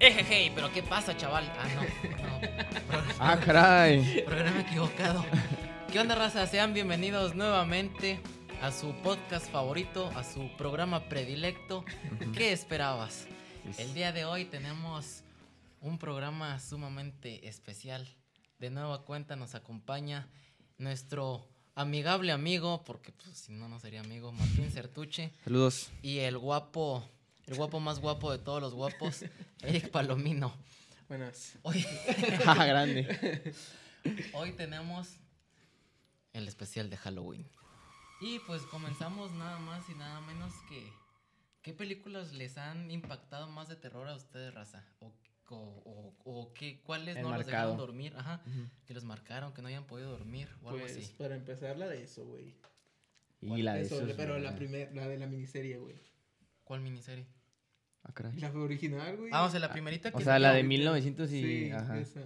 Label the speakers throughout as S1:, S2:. S1: Ejeje, pero ¿qué pasa, chaval? Ah, no, no.
S2: Ah, caray.
S1: Programa equivocado. ¿Qué onda, raza? Sean bienvenidos nuevamente a su podcast favorito, a su programa predilecto. ¿Qué esperabas?
S2: Pues
S1: El día de hoy tenemos un programa sumamente especial. De nueva cuenta nos acompaña nuestro amigable amigo, porque pues, si no, no sería amigo, Martín Certuche.
S2: Saludos.
S1: Y el guapo, el guapo más guapo de todos los guapos, Eric Palomino.
S3: Buenas.
S1: Hoy,
S2: Ah, grande.
S1: hoy tenemos el especial de Halloween. Y pues comenzamos nada más y nada menos que... ¿Qué películas les han impactado más de terror a ustedes, raza? ¿O, o, o- o qué, cuáles
S2: El
S1: no los
S2: marcado.
S1: dejaron dormir? Ajá, que los marcaron, que no hayan podido dormir o algo
S3: Pues
S1: así.
S3: para empezar la de eso, güey.
S2: Y la de
S3: Eso,
S2: esos,
S3: Pero la
S2: güey.
S3: primera, la de la miniserie, güey.
S1: ¿Cuál miniserie?
S2: Ah, caray.
S3: La original, güey.
S1: Ah, o sea, la primerita que...
S2: O sea, la de
S1: salió.
S2: 1900 y...
S3: Sí,
S2: ajá.
S3: esa.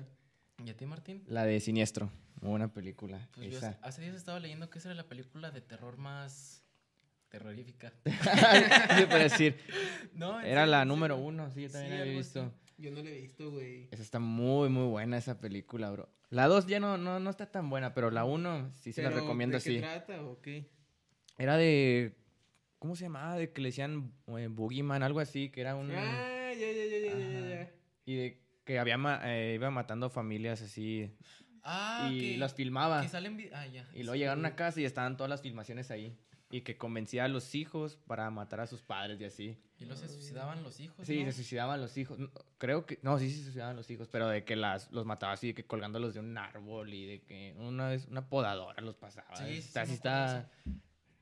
S1: ¿Y a ti, Martín?
S2: La de Siniestro. Muy buena película.
S1: Pues yo
S2: esa.
S1: hace- hace días estaba leyendo que esa era la película de terror más terrorífica.
S2: Sí, para decir,
S1: no, en
S2: era
S1: serio,
S2: la
S1: en
S2: número
S1: serio.
S2: uno, sí, yo también
S1: Sí,
S2: la había
S1: algo
S2: visto.
S1: así.
S3: Yo no la he visto, güey.
S2: Esa está muy, muy buena esa película, bro. La dos ya no, no, no está tan buena, pero la uno sí se la
S3: Pero,
S2: recomiendo,
S3: ¿de qué
S2: sí.
S3: trata o qué?
S2: Era de... ¿Cómo se llamaba? De que le decían eh, Boogeyman, algo así, que era un...
S3: Ah, ya, ya, ya, ya, ya, ya,
S2: Mm. Ajá.
S3: ya.
S2: Y de que había ma- eh, iba matando familias así.
S1: Ah,
S2: y
S1: que,
S2: las filmaba.
S1: que salen... vi- Ah, ya.
S2: Y luego
S1: sí.
S2: llegaron a casa y estaban todas las filmaciones ahí. Y que convencía a los hijos para matar a sus padres y así.
S1: Y luego se suicidaban los hijos,
S2: Sí,
S1: Pues ¿no?
S2: se suicidaban los hijos. No, Creo que... No, sí se suicidaban los hijos, pero de que las, los mataba así, de que colgándolos de un árbol y de que una vez una podadora los pasaba.
S1: Sí, sí,
S2: está,
S1: sí,
S2: sí
S1: me acuerdo
S2: está...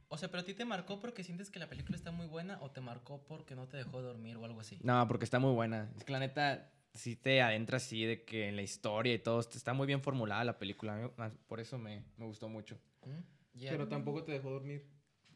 S1: O sea, pero a ti te marcó porque sientes que la película está muy buena o te marcó porque no te dejó dormir o algo así.
S2: No, porque está muy buena. Es que la neta, sí te adentras así de que en la historia y todo. Está muy bien formulada la película. a mí- Por eso me, me gustó mucho.
S1: ¿Mm? Ya.
S3: Pero tampoco te dejó dormir.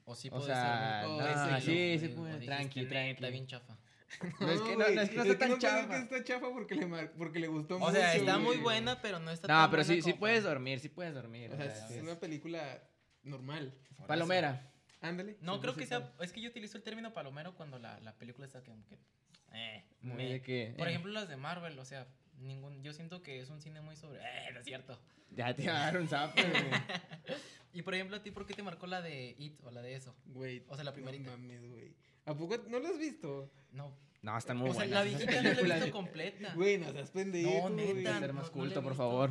S1: O sí
S2: o
S1: puede
S2: sea,
S1: ser. muy-
S3: no,
S1: puede ser,
S3: sí,
S1: güey,
S2: sí
S1: o
S2: puede-
S1: dijiste,
S2: tranqui,
S1: "Neta,
S2: tranqui".
S1: bien chafa.
S2: No, es que no,
S3: güey,
S2: no, es que no está tan
S3: puedo decir
S2: chafa.
S3: que está chafa porque le, mar- porque le gustó
S1: O sea,
S3: mucho,
S1: está muy
S3: güey.
S1: buena, pero no está
S2: No,
S1: tan
S2: pero
S1: buena
S2: sí, sí
S1: como
S2: puedes
S1: para-
S2: dormir, sí puedes dormir.
S3: O
S2: o
S3: sea,
S2: sea,
S3: es
S2: es-
S3: una película normal.
S1: Por eso.
S2: Palomera.
S3: Ándale.
S1: No,
S3: Sí,
S1: creo
S3: sí,
S1: que
S3: sí.
S1: sea. Es que yo utilizo el término palomero cuando la, la película está como que. eh,
S2: Muy
S1: meh.
S2: de que,
S1: Por
S2: eh.
S1: ejemplo, las de Marvel, o sea, ningún. Yo siento que es un cine muy sobre. Eh, no es cierto.
S2: Ya te va a dar un sapo, güey.
S1: Y por ejemplo, ¿a ti por qué te marcó la de It o la de eso?
S3: Güey.
S1: O sea, la primerita.
S3: No mames, güey. ¿A poco no la has visto?
S1: No.
S2: No, están muy
S1: o sea,
S2: buenas.
S1: la
S2: esas
S1: viejita no la he
S2: películas.
S1: visto completa.
S3: Güey, no seas pendejo.
S1: No,
S3: güey.
S1: neta.
S2: Hay que ser
S1: no- no
S2: más
S1: la he
S2: culto, por
S1: visto.
S2: favor.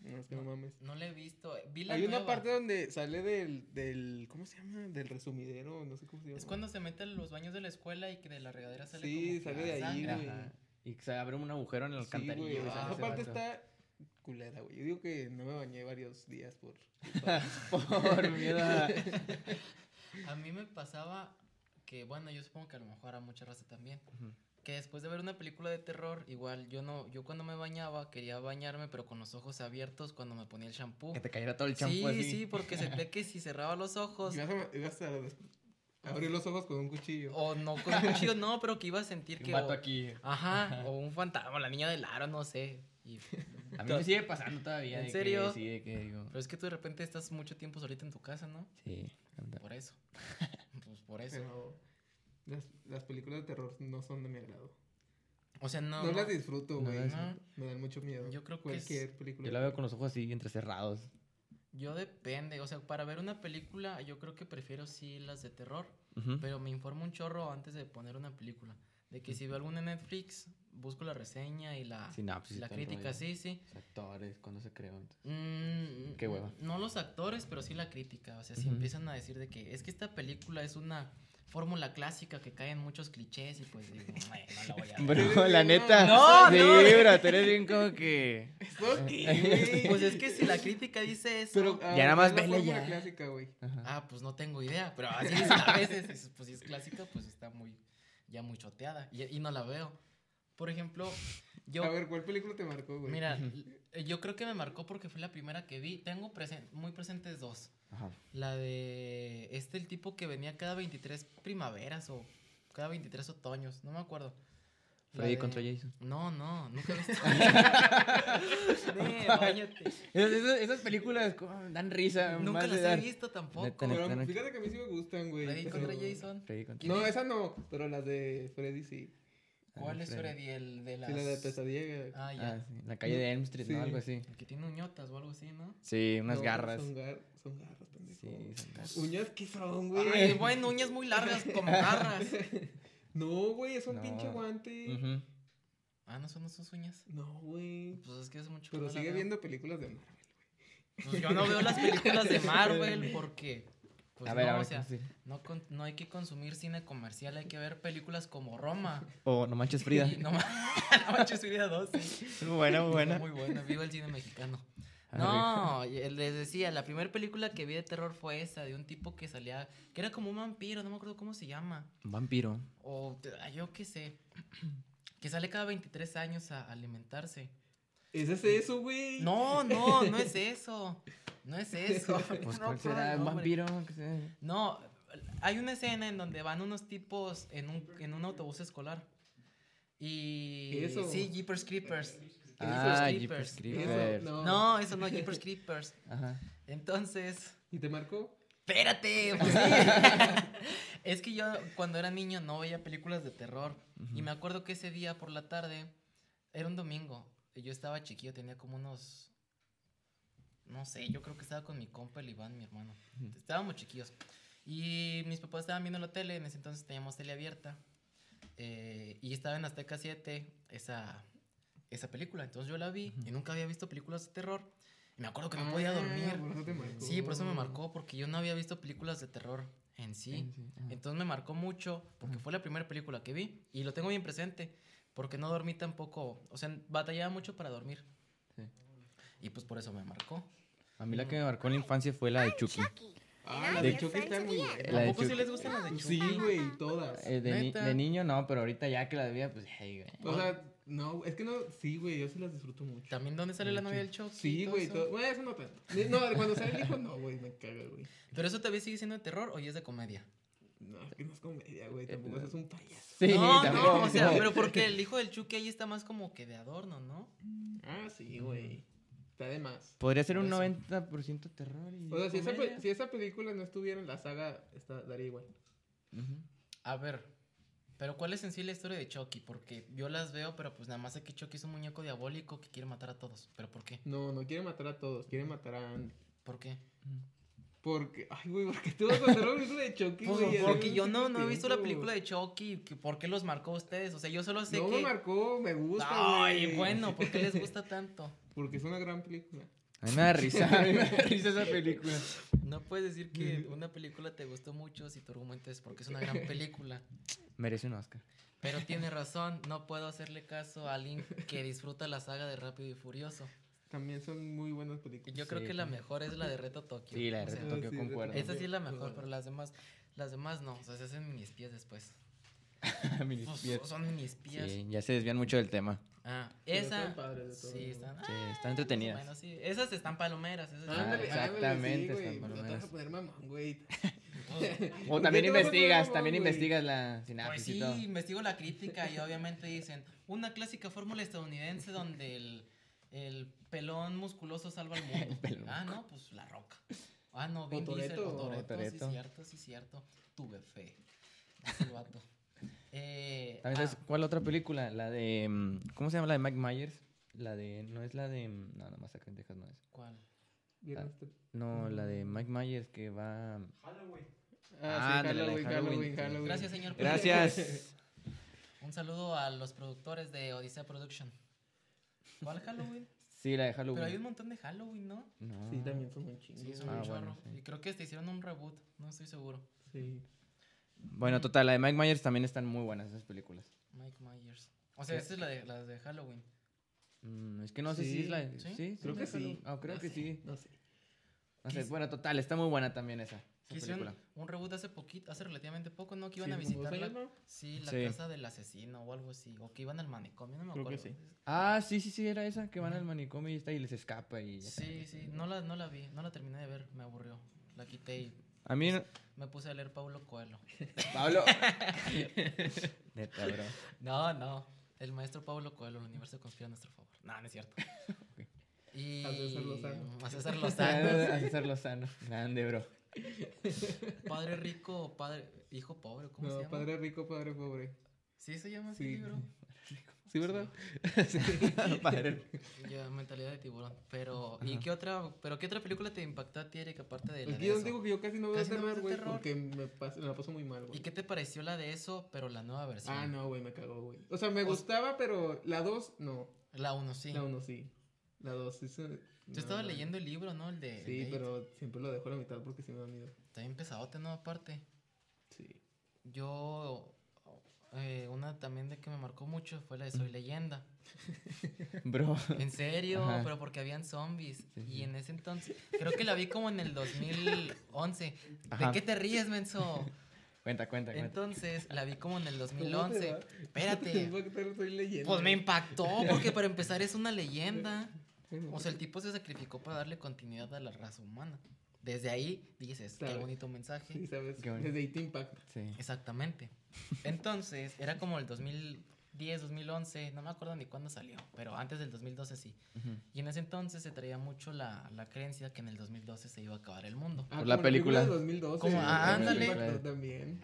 S3: No, es que no mames.
S1: No la he visto. eh, Vi la
S3: Hay una
S1: nueva.
S3: parte donde sale del, del, ¿cómo se llama? Del resumidero, no sé cómo se llama.
S1: Es cuando se mete en los baños de la escuela y que de la regadera sale.
S3: Sí,
S1: como que
S3: sale de
S1: la
S3: ahí,
S1: sangre.
S3: güey.
S2: Ajá. Y que se abre un agujero en el
S3: Sí,
S2: alcantarilla.
S3: güey,
S2: y sale
S3: esa
S2: ese
S3: parte
S2: vato.
S3: está culera, güey. Yo digo que no me bañé varios días por...
S2: Por miedo a...
S1: A mí me pasaba que, bueno, yo supongo que a lo mejor a mucha raza también.
S2: Ujú.
S1: Que después de ver una película de terror, igual yo no, yo cuando me bañaba quería bañarme, pero con los ojos abiertos cuando me ponía el shampoo.
S2: Que te cayera todo el champú
S1: Sí,
S2: así.
S1: sí, porque se cree que si cerraba los ojos
S3: Ibas a, ibas a des- abrir los ojos con un cuchillo.
S1: o no con un cuchillo, no, pero que iba a sentir
S2: Un
S1: que.
S2: vato
S1: o-
S2: aquí.
S1: Ajá, o un fantasma, la niña del aro, no sé. y-
S2: A mí me sigue pasando todavía.
S1: ¿En
S2: de que-
S1: serio?
S2: sí, de que digo...
S1: pero es que tú de repente estás mucho tiempo solita en tu casa, ¿no?
S2: Sí.
S1: Por eso. Pues por eso.
S3: Pero las, las películas de terror no son de mi agrado.
S1: O sea,
S3: No,
S1: no. no.
S3: las disfruto,
S2: No
S3: güey.
S2: las
S1: disfruto.
S3: Me dan mucho miedo.
S1: Yo creo que es-
S3: Cualquier película.
S2: Yo la veo con los ojos así, entrecerrados.
S1: Yo depende, o sea, para ver una película yo creo que prefiero sí las de terror,
S2: Ujú.
S1: pero me informo un chorro antes de poner una película. De que si veo alguna en Netflix, busco la reseña y
S2: ah,
S1: la,
S2: Sinapsis. y
S1: la
S2: todo pues el
S1: crítica,
S2: rollo.
S1: sí, sí.
S2: Los actores, cuando se creó. entonces.
S1: Mm,
S2: Qué hueva.
S1: No los actores, pero sí la crítica. O sea, si
S2: Ujú.
S1: empiezan a decir de que es que esta película es una fórmula clásica que cae en muchos clichés y pues digo, "Ay, no la voy a ver".
S2: Bro, la neta.
S1: No,
S2: sí,
S1: no.
S2: bro, tú eres bien como que.
S3: ¿Por qué, güey?
S1: Pues es que si la crítica dice eso,
S3: Pero,
S2: Ya
S3: ah,
S2: nada más
S3: es la
S2: vele
S3: fórmula
S2: ya.
S3: clásica, güey.
S1: ah, pues no tengo idea, pero así es a veces, dices, pues si es clásica, pues está muy, ya muy choteada y, y no la veo. Por ejemplo, yo...
S3: A ver, ¿cuál película te marcó, güey?
S1: Mira, l- yo creo que me marcó porque fue la primera que vi. Tengo presen- muy presentes dos.
S2: Ajá.
S1: La de este el tipo que venía cada 23 primaveras o cada 23 otoños, no me acuerdo. La
S2: Freddy
S1: de-
S2: contra Jason.
S1: No, no, nunca he visto. Ne, báñate.
S2: Esas, esas- esas películas como dan risa.
S1: Nunca
S2: más
S1: las
S2: de
S1: he
S2: dar-
S1: visto tampoco.
S2: Neta, neta.
S3: Pero
S2: Tenet.
S3: fíjate que a mí sí me gustan, güey.
S1: Freddy
S3: pero-
S1: contra Jason.
S2: Freddy contra
S3: No, esa no, pero las de Freddy sí.
S1: ¿Cuál es
S2: Alfredo.
S1: Freddy? El de las...
S3: Sí, la de pesadilla.
S1: Ah, ya.
S2: Ah, sí, en la calle de Elm Street,
S3: Sí.
S2: ¿no? Algo así.
S1: El que tiene uñotas o algo así, ¿no?
S2: Sí, unas
S3: No,
S2: garras.
S3: Son, gar- son garras, pendejo.
S2: Sí, son garras.
S3: Uñas que son, güey.
S1: Ay, bueno, uñas muy largas como garras.
S3: No, güey, es un
S2: No.
S3: pinche guante.
S2: Ujú.
S1: Ah, no son sus uñas.
S3: No, güey.
S1: Pues es que hace mucho que no
S3: Pero
S1: la
S3: sigue
S1: veo.
S3: viendo películas de Marvel.
S1: Pues yo no veo las películas de Marvel porque. Pues
S2: a ver,
S1: no,
S2: a ver.
S1: o sea,
S2: sí.
S1: no, con- no hay que consumir cine comercial, hay que ver películas como Roma.
S2: O Oh, No Manches Frida.
S1: Y no ma- no manches, Frida 2.
S2: Muy buena, muy buena.
S1: Muy buena, viva el cine mexicano.
S2: Arre.
S1: No, y- les decía, la primera película que vi de terror fue esa, de un tipo que salía, que era como un vampiro, no me acuerdo cómo se llama.
S2: Un vampiro.
S1: O te- ah, yo qué sé. Que sale cada 23 años a alimentarse.
S3: ¿Es ese eso, güey?
S1: No, no, no es eso. No es eso.
S2: Pues,
S1: No,
S2: ¿cuál será?
S1: no,
S2: Un
S1: hombre.
S2: vampiro. que sea.
S1: No, hay una escena en donde van unos tipos en un, en un autobús escolar. Y.
S3: ¿Y eso?
S1: Sí, Jeepers Creepers.
S2: Ah,
S1: Jeepers
S2: Jeepers
S1: Creepers.
S3: Eso,
S2: Creepers.
S3: no.
S1: No, eso no, Jeepers Creepers.
S2: Ajá.
S1: Entonces.
S3: ¿Y te marcó?
S1: Espérate, pues sí. es que yo cuando era niño no veía películas de terror. Y me acuerdo que ese día por la tarde, era un domingo, y yo estaba chiquillo, tenía como unos... No sé, yo creo que estaba con mi compa el Iván, mi hermano.
S2: Ujú.
S1: Estábamos chiquillos. Y mis papás estaban viendo la tele, en ese entonces teníamos tele abierta. eh, y estaba en Azteca 7 esa, esa película. Entonces yo la vi y nunca había visto películas de terror. Y me acuerdo que no podía
S3: Ah,
S1: dormir.
S3: Por eso te marcó.
S1: Sí, por
S3: Oh.
S1: eso me marcó, porque yo no había visto películas de terror en sí.
S2: ajá.
S1: Entonces me marcó mucho, porque fue la primera película que vi y lo tengo bien presente, porque no dormí tampoco, o sea, batallaba mucho para dormir.
S2: Sí.
S1: Y pues por eso me marcó.
S2: A mí la que me marcó en la infancia fue la de Chucky.
S3: Ah, la de Chucky está muy buena.
S2: La de
S1: ¿Tampoco sí
S2: Chucky.
S1: les gustan las de Chucky?
S3: Sí, güey, todas.
S2: Eh, de, ni-
S1: Neta.
S2: de niño no, pero ahorita ya que la veía, pues, hey, güey.
S3: O sea, no, es que no, sí, güey, yo sí las disfruto mucho.
S1: ¿También dónde sale la novia del Chucky? y
S3: Sí,
S1: todo
S3: güey,
S1: eso?
S3: todo. Bueno, eso no tanto. Ni- No, cuando sale el hijo, no, güey, me caga, güey.
S1: ¿Pero eso todavía sigue siendo de terror o ya es de comedia?
S3: No, es que no es comedia,
S1: Eh,
S3: güey, tampoco
S2: no.
S3: es un payaso.
S2: Sí,
S1: no, no,
S2: tampoco.
S1: o sea, pero porque el hijo del Chucky ahí está más como que de adorno, ¿no?
S3: Ah, sí, güey. Está de más.
S2: Podría ser un
S1: Eso.
S2: 90% terror.
S1: Pues,
S2: Y
S3: O sea, si esa, pe-
S2: comedia.
S3: si esa película no estuviera en la saga, está, daría igual.
S2: Ujú.
S1: A ver, pero ¿cuál es en sí la historia de Chucky? Porque yo las veo, pero pues nada más sé que Chucky es un muñeco diabólico que quiere matar a todos. ¿Pero por qué?
S3: No, no quiere matar a todos, quiere matar a Andy.
S1: ¿Por qué?
S3: Porque, ay, güey, porque tú vas a hacer la película de Chucky,
S1: Pues,
S3: güey.
S1: porque yo no, no he visto la película de Chucky. que ¿Por qué los marcó a ustedes? O sea, yo solo sé
S3: No
S1: que.
S3: me marcó, me gusta.
S1: Ay,
S3: güey.
S1: bueno, ¿por qué les gusta tanto?
S3: Porque es una gran película.
S2: A mí me da risa, a mí me da risa esa película.
S1: No puedes decir que una película te gustó mucho si tu argumento es porque es una gran película.
S2: Merece un Oscar.
S1: Pero tiene razón, no puedo hacerle caso a alguien que disfruta la saga de Rápido y Furioso.
S3: También son muy buenas películas.
S1: Y yo creo
S2: Sí,
S1: que la
S2: sí.
S1: mejor es la de Reto Tokio.
S2: Sí, la de
S1: o sea,
S2: Reto Tokio,
S3: sí,
S2: concuerdo.
S3: Reto
S1: Esa Ah, sí es la mejor,
S3: Pues Bueno.
S1: pero las demás, las demás no. O sea, se hacen mis pies después.
S2: Mini
S1: Pues,
S2: espías.
S1: son mis pies.
S2: Sí, ya se desvían mucho del tema.
S1: Ah,
S3: Pero
S1: esa.
S3: están padres de todas
S1: sí,
S3: maneras.
S1: están.
S2: Sí,
S1: ah,
S2: están entretenidas.
S1: Bueno, sí. Esas están palomeras. Esas
S2: Ah,
S3: Ándale,
S1: están-
S2: exactamente,
S3: ándale, sí,
S2: están
S3: güey. No te
S2: palomeras.
S3: vas a poner mamón, güey.
S2: O
S3: ¿Por
S2: también
S3: qué te vas a
S2: investigas,
S3: poner
S2: también
S3: mamón, güey?
S2: investigas la sinapsis
S1: Pues
S2: y
S1: sí,
S2: todo.
S1: investigo la crítica y obviamente dicen una clásica fórmula estadounidense donde el, el pelón musculoso salva al mundo.
S2: pelón
S1: ah, no, pues la roca. Ah, no, Vin
S3: O
S1: Diesel,
S3: Toretto,
S1: o
S3: o
S1: Toretto,
S2: Toretto.
S1: Sí, cierto, sí, cierto. Tuve fe. Dice el vato. Eh,
S2: ¿También
S1: ah,
S2: sabes cuál otra película? La de. mm, ¿Cómo se llama la de Mike Myers? La de. No es la de. mm, No, no, Masacre en Texas no es.
S1: ¿Cuál?
S3: ¿Vieron este?
S1: Ah,
S2: No, la de Mike Myers que va. mm,
S3: Ah, sí,
S2: Ándale, la de
S3: Halloween,
S2: Halloween.
S3: Halloween, Halloween.
S1: Gracias, señor.
S2: Gracias.
S1: Un saludo a los productores de Odisea Production. ¿Cuál Halloween?
S2: Sí, la de
S1: Pero hay un
S2: Halloween.
S1: montón de Halloween, ¿no?
S2: No.
S3: Sí, también son un chingo.
S1: Sí,
S3: Sí,
S1: son
S2: Ah,
S1: un
S2: bueno,
S1: chorro.
S2: sí.
S1: Y creo que hasta hicieron un reboot, no estoy seguro.
S2: Bueno, total, la de Mike Myers también están muy buenas esas películas.
S1: Mike Myers. O sea, esa es la de, la de Halloween.
S2: Mm, es que no sé si es la de.
S1: Sí,
S2: Sí,
S1: sí,
S3: creo
S2: es
S3: que
S2: de Halloween.
S3: sí.
S2: Ah, creo
S1: No
S2: que
S1: sé.
S2: sí.
S3: No sé.
S2: No sé,
S1: Quis-
S2: bueno, total, está muy buena también esa,
S1: Que
S2: esa película.
S1: hicieron un reboot hace poquito, hace relativamente poco, ¿no? Que iban
S3: Sí,
S1: a
S3: como dos
S1: visitar
S3: años,
S1: la,
S3: ¿no?
S1: sí, la
S2: Sí.
S1: casa del asesino o algo así. O que iban al manicomio, no me
S3: Creo
S1: acuerdo.
S3: que
S2: Ah, sí, sí, sí, era esa que van
S1: Ajá.
S2: al manicomio y está y les escapa y ya
S1: Sí,
S2: saben.
S1: sí, no la, no la vi, no la terminé de ver, me aburrió. La quité y
S2: A mí, no-
S1: me puse a leer Paulo Coelho.
S2: Pablo. Neta, bro.
S1: No, no. El maestro Pablo Coelho, el universo conspira a nuestro favor. No, no es cierto. Y...
S3: A César Lozano.
S1: A César
S2: A
S1: Lozano.
S2: César Lozano. Grande, bro.
S1: padre rico, padre... Hijo pobre, ¿cómo se
S3: No,
S1: llama?
S3: padre rico, padre pobre.
S1: Sí, se llama ese
S3: Sí.
S1: libro.
S3: ¿Sí, verdad?
S2: Padre.
S1: Ya, mentalidad de tiburón. Pero, ¿y qué otra, pero qué otra película te impactó a ti, Eric, aparte de la de
S3: Es que Pues yo
S1: eso?
S3: digo que yo casi no veo
S1: Casi no ves
S3: terror,
S1: de
S3: güey,
S1: terror.
S3: porque me, pas- me la paso muy mal,
S1: ¿Y
S3: güey.
S1: qué te pareció la de eso, pero la nueva versión?
S3: Ah, no, güey, me cagó, güey. O sea, me
S1: O-
S3: gustaba, pero la 2, no.
S1: La uno, sí.
S3: La 1 sí. La 2 sí. se-
S1: Yo
S3: no,
S1: estaba
S3: no.
S1: leyendo el libro, ¿no? El de... el
S3: Sí,
S1: de It.
S3: pero siempre lo dejo a la mitad porque sí me da miedo.
S1: Está bien pesadote, ¿no? Aparte.
S3: Sí.
S1: Yo... eh, una también de que me marcó mucho fue la de Soy Leyenda.
S2: Bro.
S1: En serio,
S2: Ajá.
S1: pero porque habían zombies.
S2: Sí,
S1: Y
S2: sí.
S1: en ese entonces, creo que la vi como en el 2011. ¿De
S2: Ajá.
S1: qué te ríes, menso?
S2: Cuenta, cuenta, cuenta.
S1: Entonces, la vi como en el
S3: ¿Cómo te
S1: 2011.
S3: va?
S1: Espérate.
S3: ¿Por qué te lo estoy leyendo?
S1: Pues me impactó, porque para empezar es una leyenda. O sea, pues, el tipo se sacrificó para darle continuidad a la raza humana. Desde ahí dices, qué
S3: Claro.
S1: bonito mensaje.
S3: Sí, sabes.
S2: Qué bonito.
S3: Desde ahí te impacta.
S2: Sí.
S1: Exactamente. Entonces, era como el 2010, 2011, no me acuerdo ni cuándo salió, pero antes del 2012 sí.
S2: Ujú.
S1: Y en ese entonces se traía mucho la, la creencia que en el 2012 se iba a acabar el mundo.
S3: Ah,
S2: Por la
S3: como película
S2: película.
S3: de 2012.
S1: Como-
S3: güey,
S1: ah,
S3: también
S1: ándale.
S3: impactó También.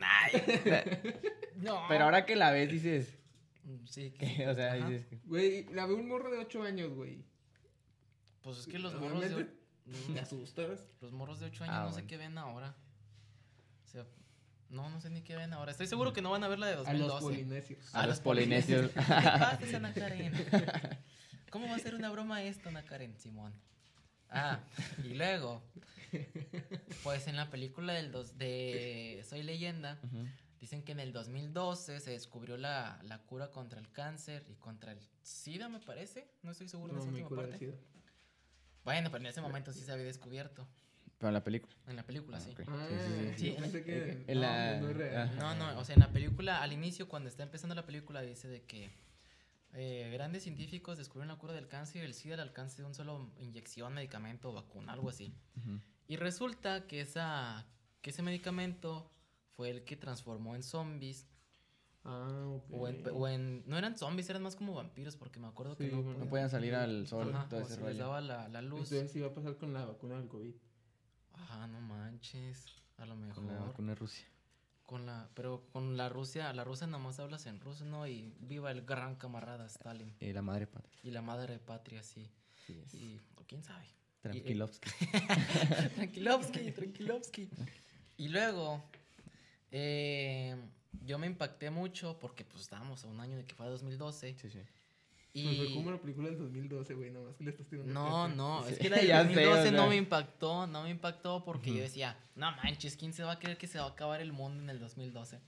S1: No.
S2: Pero ahora que la ves dices,
S1: Sí, que-
S2: que, o sea,
S1: ajá.
S2: dices que...
S3: Güey, la ve un morro de 8 años, güey.
S1: Pues es que los morros de,
S3: Obviamente,
S1: mm,
S3: ¿Te asustas?
S1: los morros de 8 años
S2: Ah,
S1: no sé
S2: bueno.
S1: qué ven ahora. O sea, no, no sé ni qué ven ahora. Estoy seguro que no van a ver la de
S3: A los
S1: 2012.
S3: polinesios.
S1: Ah,
S2: A
S1: los
S2: los polinesios.
S1: ¿Qué pasa, Ana Karen? ¿Cómo va a ser una broma esto, Ana Karen, Simón? Ah, y luego, pues en la película del dos, de Soy Leyenda,
S2: Ujú.
S1: dicen que en el 2012 se descubrió la, la cura contra el cáncer y contra el SIDA, me parece. No estoy seguro de
S3: No,
S1: esa
S3: me
S1: última
S3: cura
S1: parte.
S3: el SIDA.
S1: Bueno, pero en ese momento sí se había descubierto.
S2: Pero la película.
S1: En la película, sí.
S2: ok.
S3: Ah,
S2: Sí, sí,
S1: sí. eh,
S3: yo pensé que
S2: En
S3: no,
S2: la-
S3: no es real.
S1: No,
S2: ajá.
S1: no, o sea, en la película, al inicio, cuando está empezando la película, dice de que eh, grandes científicos descubrieron la cura del cáncer y el SIDA al alcance de un solo inyección, medicamento, vacuna, algo así.
S2: Ujú.
S1: Y resulta que, esa, que ese medicamento fue el que transformó en zombies.
S3: Ah, ok.
S1: O, en, o en- No eran zombies, eran más como vampiros, porque me acuerdo que
S3: Sí,
S1: no.
S3: bueno.
S1: podían-
S2: No podían salir al sol,
S1: Ajá,
S2: todo
S1: o
S2: ese
S1: se les
S2: rollo.
S1: daba la, la luz.
S3: Entonces iba a pasar con la vacuna del COVID.
S1: Ajá, no manches. A lo mejor.
S2: Con la vacuna de Rusia.
S1: Con la, pero con la Rusia, la Rusia nomás hablas en ruso, ¿no? Y viva el gran camarada Stalin
S2: Y la madre patria.
S1: y la madre patria, sí.
S2: Sí, es.
S1: Y o quién sabe.
S2: Tranquilovsky.
S1: Tranquilovsky, Tranquilovsky. Y luego, eh, yo me impacté mucho porque pues estábamos a un año de que fue 2012.
S2: Sí, sí.
S3: Pues fue
S1: Y...
S3: como la película del 2012, güey, nomás que le estás tirando.
S1: No,
S3: caca.
S1: no, es
S2: Sí,
S1: que la de
S2: ya sé,
S1: 2012
S2: o
S1: no
S2: sea.
S1: me impactó, no me impactó porque yo
S2: Ujú.
S1: decía, no manches, ¿quién se va a creer que se va a acabar el mundo en el 2012?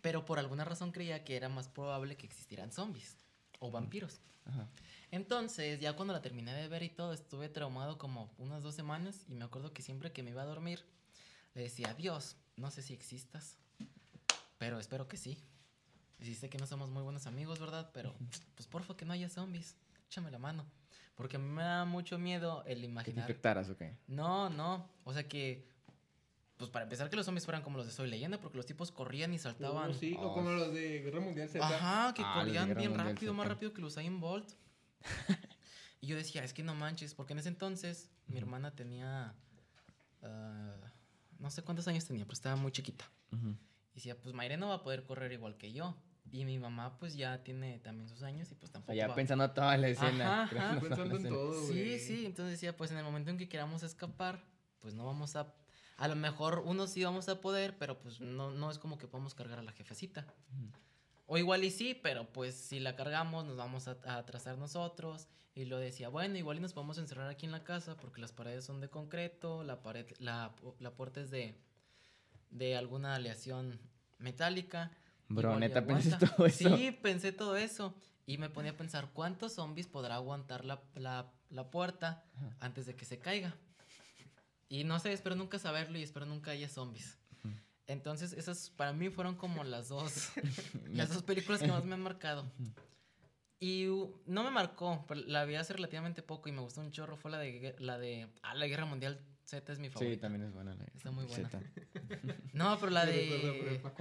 S1: Pero por alguna razón creía que era más probable que existieran zombies o vampiros.
S2: Ajá.
S1: Entonces, ya cuando la terminé de ver y todo, estuve traumado como unas dos semanas y me acuerdo que siempre que me iba a dormir, le decía, Dios, no sé si existas, pero espero que sí. Y sé que no somos muy buenos amigos, ¿verdad? Pero, pues porfa, que no haya zombies, échame la mano. Porque a mí me da mucho miedo el
S2: Que te
S1: imaginar.
S2: infectaras, ok.
S1: No, no, o sea que, pues para empezar que los zombies fueran como los de Soy Leyenda, porque los tipos corrían y saltaban.
S3: Oh, sí, o
S2: Oh,
S3: como
S2: sí.
S3: los de Guerra Mundial Z.
S1: Ajá, que
S2: Ah, los de
S1: corrían
S2: Guerra
S1: bien
S2: Mundial
S1: rápido, más
S2: Z.
S1: rápido que los Usain Bolt. y yo decía, es que no manches, porque en ese entonces mi hermana tenía, ah, no sé cuántos años tenía, pero estaba muy chiquita.
S2: Ujú.
S1: Y decía, pues Mayre no va a poder correr igual que yo. Y mi mamá pues ya tiene también sus años y pues
S2: O
S1: tampoco
S2: sea, ya
S1: va-
S2: pensando toda la escena.
S1: Ajá,
S2: creando
S1: ajá.
S2: toda la
S3: Pensando en
S2: escena.
S3: todo,
S1: Sí,
S3: güey.
S1: sí, entonces decía, pues en el momento en que queramos escapar, pues no vamos a... A lo mejor unos sí vamos a poder, pero pues no, no es como que podamos cargar a la jefecita.
S2: Ujú.
S1: O igual y sí, pero pues si la cargamos nos vamos a, a atrasar nosotros. Y lo decía, bueno, igual y nos podemos encerrar aquí en la casa porque las paredes son de concreto, la pared, la, pu- la puerta es de, de alguna aleación metálica.
S2: Bro,
S1: Igual y
S2: neta, pensé
S1: aguanta.
S2: todo eso.
S1: Sí, pensé todo eso. Y me ponía a pensar, ¿cuántos zombies podrá aguantar la, la- la puerta
S2: Ajá.
S1: antes de que se caiga? Y no sé, espero nunca saberlo y espero nunca haya zombies.
S2: Ujú.
S1: Entonces, esas para mí fueron como las dos, las dos películas que más me han marcado. Y u- no me marcó, pero la vi hace relativamente poco y me gustó un chorro. Fue la de, gue- la de, ah, la Guerra Mundial Z es mi
S2: Sí,
S1: favorita.
S2: también es buena. la-
S1: Está muy buena.
S2: Zeta.
S1: No, pero la
S3: Me recuerda a
S1: de...
S3: prepa.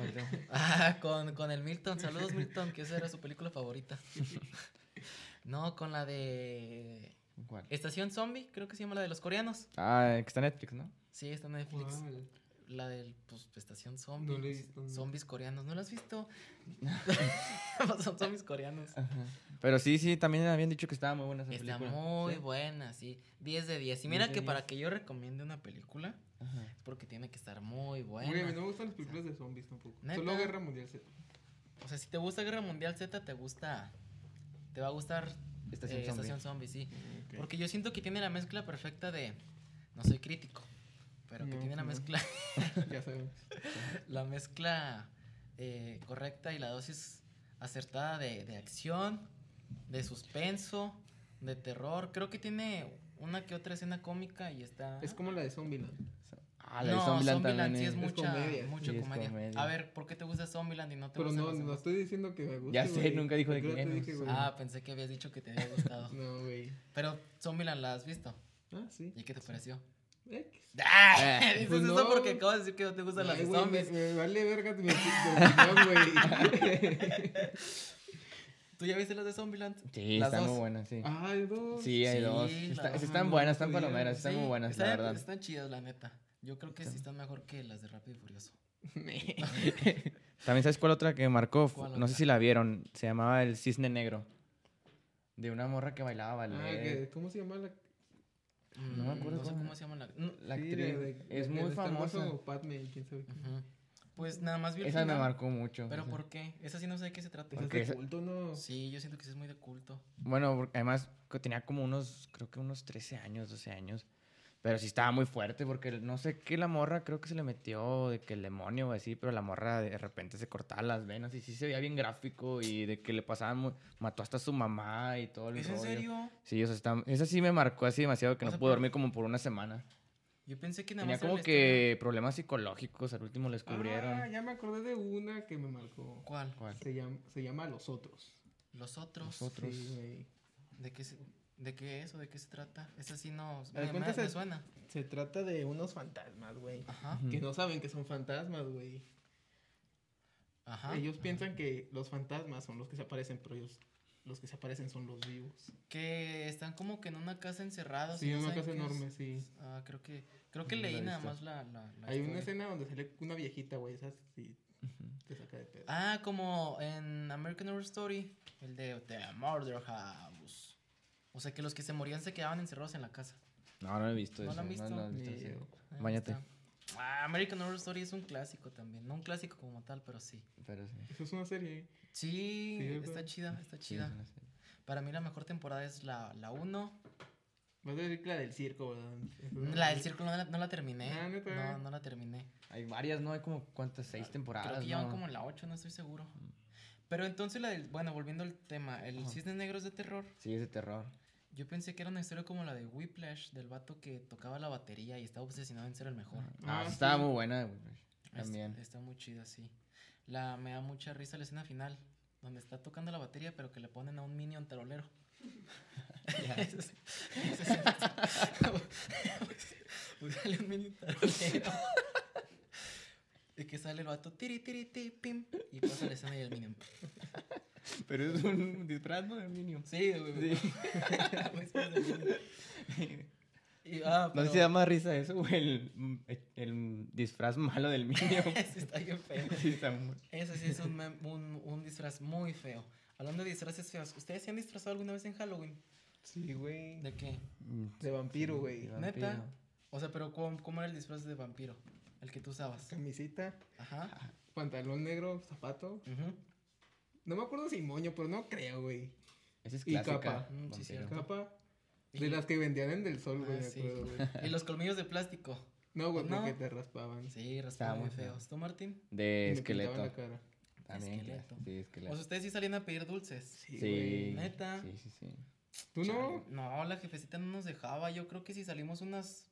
S1: Ah, con, con el Milton. Saludos, Milton, que esa era su película favorita. No, con la de
S2: ¿Cuál?
S1: Estación Zombie, creo que se llama la de los coreanos.
S2: Ah, que está en Netflix, ¿no?
S1: Sí, está en Netflix.
S3: ¿Cuál?
S1: La del, pues, Estación
S3: No la he
S1: Zombies.
S3: visto, no.
S1: Zombies coreanos. ¿No la has visto? Son zombies coreanos.
S2: Ajá. Pero sí, sí, también habían dicho que estaba muy buena esa
S1: Está
S2: película.
S1: muy
S2: Sí.
S1: buena, sí. 10 de 10. Y mira
S2: 10 de
S1: que
S2: 10.
S1: para que yo recomiende una película
S2: Ajá.
S1: es porque tiene que estar muy buena.
S3: Güey, a mí no me gustan las películas de zombies tampoco.
S1: ¿Neta?
S3: Solo Guerra Mundial Z.
S1: O sea, si te gusta Guerra Mundial Z, te gusta. Te va a gustar
S2: Estación
S1: eh,
S2: Zombie.
S1: Estación Zombie, sí. Porque yo siento que tiene la mezcla perfecta de. No soy crítico, pero que
S3: No,
S1: tiene la
S3: no.
S1: mezcla,
S3: Ya sabemos.
S1: la mezcla eh, correcta y la dosis acertada de, de acción, de suspenso, de terror. Creo que tiene una que otra escena cómica y está.
S3: Es como la de Zombieland.
S2: Ah, la de
S1: no,
S2: Zombieland,
S1: Zombieland sí
S2: también.
S1: es,
S2: es-
S3: muy-
S1: mucha,
S3: comedia.
S1: mucho
S2: Sí, es
S1: comedia.
S2: comedia.
S1: A ver, ¿por qué te gusta Zombieland y no te
S3: Pero
S1: gusta
S3: no, no estoy diciendo que me guste.
S2: Ya sé,
S3: güey.
S2: nunca dijo de
S3: Creo
S2: quién
S3: que
S2: es.
S3: dije, güey.
S1: Ah, pues. pensé que habías dicho que te había gustado.
S3: No, güey.
S1: Pero Zombieland la has visto.
S3: Ah, sí.
S1: ¿Y qué te pareció?
S3: X.
S2: Ah,
S1: Dices
S3: pues
S1: eso
S3: no.
S1: porque acabas Pues de decir que no te gustan
S3: Ay,
S1: las
S3: güey, me,
S1: zombies.
S3: me vale verga tu mi- tu opinión, güey.
S1: ¿Tú ya viste las de Zombieland?
S2: Sí,
S1: Las
S2: están
S1: dos.
S2: muy buenas, sí.
S3: Ay, no.
S2: Sí, hay
S1: Sí,
S2: dos.
S1: la
S2: Está-
S1: verdad,
S2: están
S3: no
S2: buenas,
S3: lo
S2: están
S3: podía.
S2: palomeras, están
S1: Sí,
S2: muy buenas, la
S1: están-
S2: verdad.
S1: Están chidas, la neta. Yo creo que sí están mejor que las de Rápido y Furioso.
S2: También sabes cuál otra que marcó, Fu-
S1: ¿Cuál
S2: no sé
S1: otra?
S2: si la vieron, se llamaba El Cisne Negro. De una morra que bailaba
S3: Ah,
S2: ballet.
S3: que- ¿Cómo se llama la
S2: No me
S1: Mm,
S2: acuerdo
S1: No sé
S2: cómo-
S1: cómo se llama la. Mm,
S2: La
S3: Sí,
S2: actriz
S3: de- de-
S2: es
S3: de-
S2: muy
S3: de Star Wars
S2: famosa.
S3: o Padme, quién sabe qué.
S1: ujú. Pues nada más vi el
S2: Esa me
S1: final,
S2: marcó mucho.
S1: ¿Pero
S2: esa.
S1: por qué? Esa sí no sé de qué se trata.
S3: Esa es
S2: Porque
S3: de
S2: esa-
S3: culto, ¿no?
S1: Sí, yo siento que sí es muy de culto.
S2: Bueno, porque además que tenía como unos, creo que unos 13 años, 12 años. Pero sí estaba muy fuerte porque el- no sé qué la morra, creo que se le metió de que el demonio o así, pero la morra de repente se cortaba las venas y sí se veía bien gráfico y de que le pasaban, mu- mató hasta a su mamá y todo el
S1: ¿Es en
S2: rollo.
S1: serio?
S2: Sí, o sea, está- esa sí me marcó así demasiado que
S1: O
S2: no
S1: sea,
S2: pude
S1: pero-
S2: dormir como por una semana.
S1: Yo pensé que nada
S2: Tenía
S1: más.
S2: como
S1: era la historia.
S2: que problemas psicológicos, al último les
S3: Ah,
S2: cubrieron.
S3: ya me acordé de una que me marcó.
S1: ¿Cuál?
S2: ¿Cuál?
S3: Se llama, se llama Los Otros.
S1: Los otros.
S2: Los otros. Otros.
S3: Sí, güey.
S1: ¿De qué, se- ¿De qué es o de qué se trata? Esa sí no.
S3: de
S1: Me, me-
S3: cuenta
S1: me
S3: se-
S1: suena.
S3: Se trata de unos fantasmas, güey.
S1: Ajá.
S2: Ujú.
S3: Que no saben que son fantasmas, güey.
S1: Ah,
S2: Eh,
S1: Ajá.
S3: Ellos piensan que los fantasmas son los que se aparecen, pero ellos los que se aparecen son los vivos.
S1: Que están como que en una casa encerrados. y
S3: Sí,
S1: no
S3: una
S1: saben
S3: casa
S1: qué es.
S3: enorme, sí.
S1: Ah, creo que. Creo que
S2: No la he
S1: leí nada
S2: visto.
S1: más la. la- la
S3: Hay una
S1: historia.
S3: escena donde sale una viejita, güey. Esa sí te saca de pedo.
S1: Ah, como en American Horror Story. El de The Murder House. O sea que los que se morían se quedaban encerrados en la casa.
S2: No, no lo he visto.
S1: ¿No lo
S2: eso,
S1: han visto?
S2: lo he
S3: Ni
S2: visto, sí.
S3: yo.
S1: Ahí
S2: Báñate.
S1: está. Ah, American Horror Story es un clásico también. No un clásico como tal, pero sí.
S2: Pero sí.
S3: Eso es una serie.
S1: Sí,
S3: Sí, ¿verdad?
S1: está chida, está
S2: sí, es
S1: chida.
S2: una serie.
S1: Para mí la mejor temporada es la 1.
S3: Vas a decir la del circo, ¿verdad?
S1: la del círculo no la, no la terminé.
S3: Ah, ¿neta?
S1: No, no la terminé.
S2: Hay varias, ¿no? Hay como cuántas, seis temporadas.
S1: Creo que ya van
S2: ¿no?
S1: como en la 8, no estoy seguro. Pero entonces la del, bueno, volviendo al tema, el
S2: Ajá.
S1: Cisne Negro es de terror.
S2: Sí, es de terror.
S1: Yo pensé que era una historia como la de Whiplash, del vato que tocaba la batería y estaba obsesionado en ser el mejor.
S2: Ah,
S3: Ah,
S2: estaba
S3: sí.
S2: muy buena. güey.
S1: Es-
S2: También.
S1: está muy chida, sí. La, me da mucha risa la escena final, donde está tocando la batería, pero que le ponen a un minion tarolero. Esa es- esa escena es- Búscale Pues un minion tarolero. Y que sale el vato tiri tiri ti pim y pasa la escena y el minion.
S2: Pero es un disfraz, ¿no? De
S1: Sí, güey. Pues, pues, el Minion. Y, ah,
S2: No sé
S1: pero-
S2: si da más risa eso o el, el disfraz malo del Minion.
S1: Sí, está bien feo.
S2: Sí, está muy-
S1: Eso sí es un, mem- un, un disfraz muy feo. Hablando de disfraces feos, ¿ustedes se han disfrazado alguna vez en Halloween?
S3: Sí, güey.
S1: ¿De qué?
S3: De vampiro, güey.
S2: de
S1: ¿Neta?
S2: vampiro.
S1: O sea, pero ¿cómo, cómo era el disfraz de vampiro? El que tú usabas.
S3: Camisita,
S1: Ajá.
S3: pantalón negro, zapato.
S1: Ujú.
S3: No me acuerdo si moño, pero no creo, güey.
S2: Esa es
S3: Y
S2: clásica.
S3: capa.
S1: Mm, sí,
S2: vampiro.
S1: cierto.
S3: Capa.
S1: Y-
S3: De las que vendían en Del Sol, güey,
S1: Ah,
S3: me
S1: sí.
S3: acuerdo, güey.
S1: Y los colmillos de plástico.
S3: No, güey,
S1: No.
S3: porque te raspaban.
S1: Sí,
S2: Estaba
S1: raspaban muy
S2: muy feo.
S1: feos. ¿Tú, Martín?
S3: Y
S2: De
S3: me pintaban
S2: esqueleto.
S3: la cara.
S2: También.
S1: Esqueleto.
S2: clas- Sí,
S1: O
S2: esqueleto.
S1: sea, ustedes sí salían a pedir dulces.
S2: sí.
S3: Sí, güey.
S1: Neta.
S2: Sí, sí, sí.
S3: ¿Tú no?
S1: Chale. No, la jefecita no nos dejaba. Yo creo que si salimos unas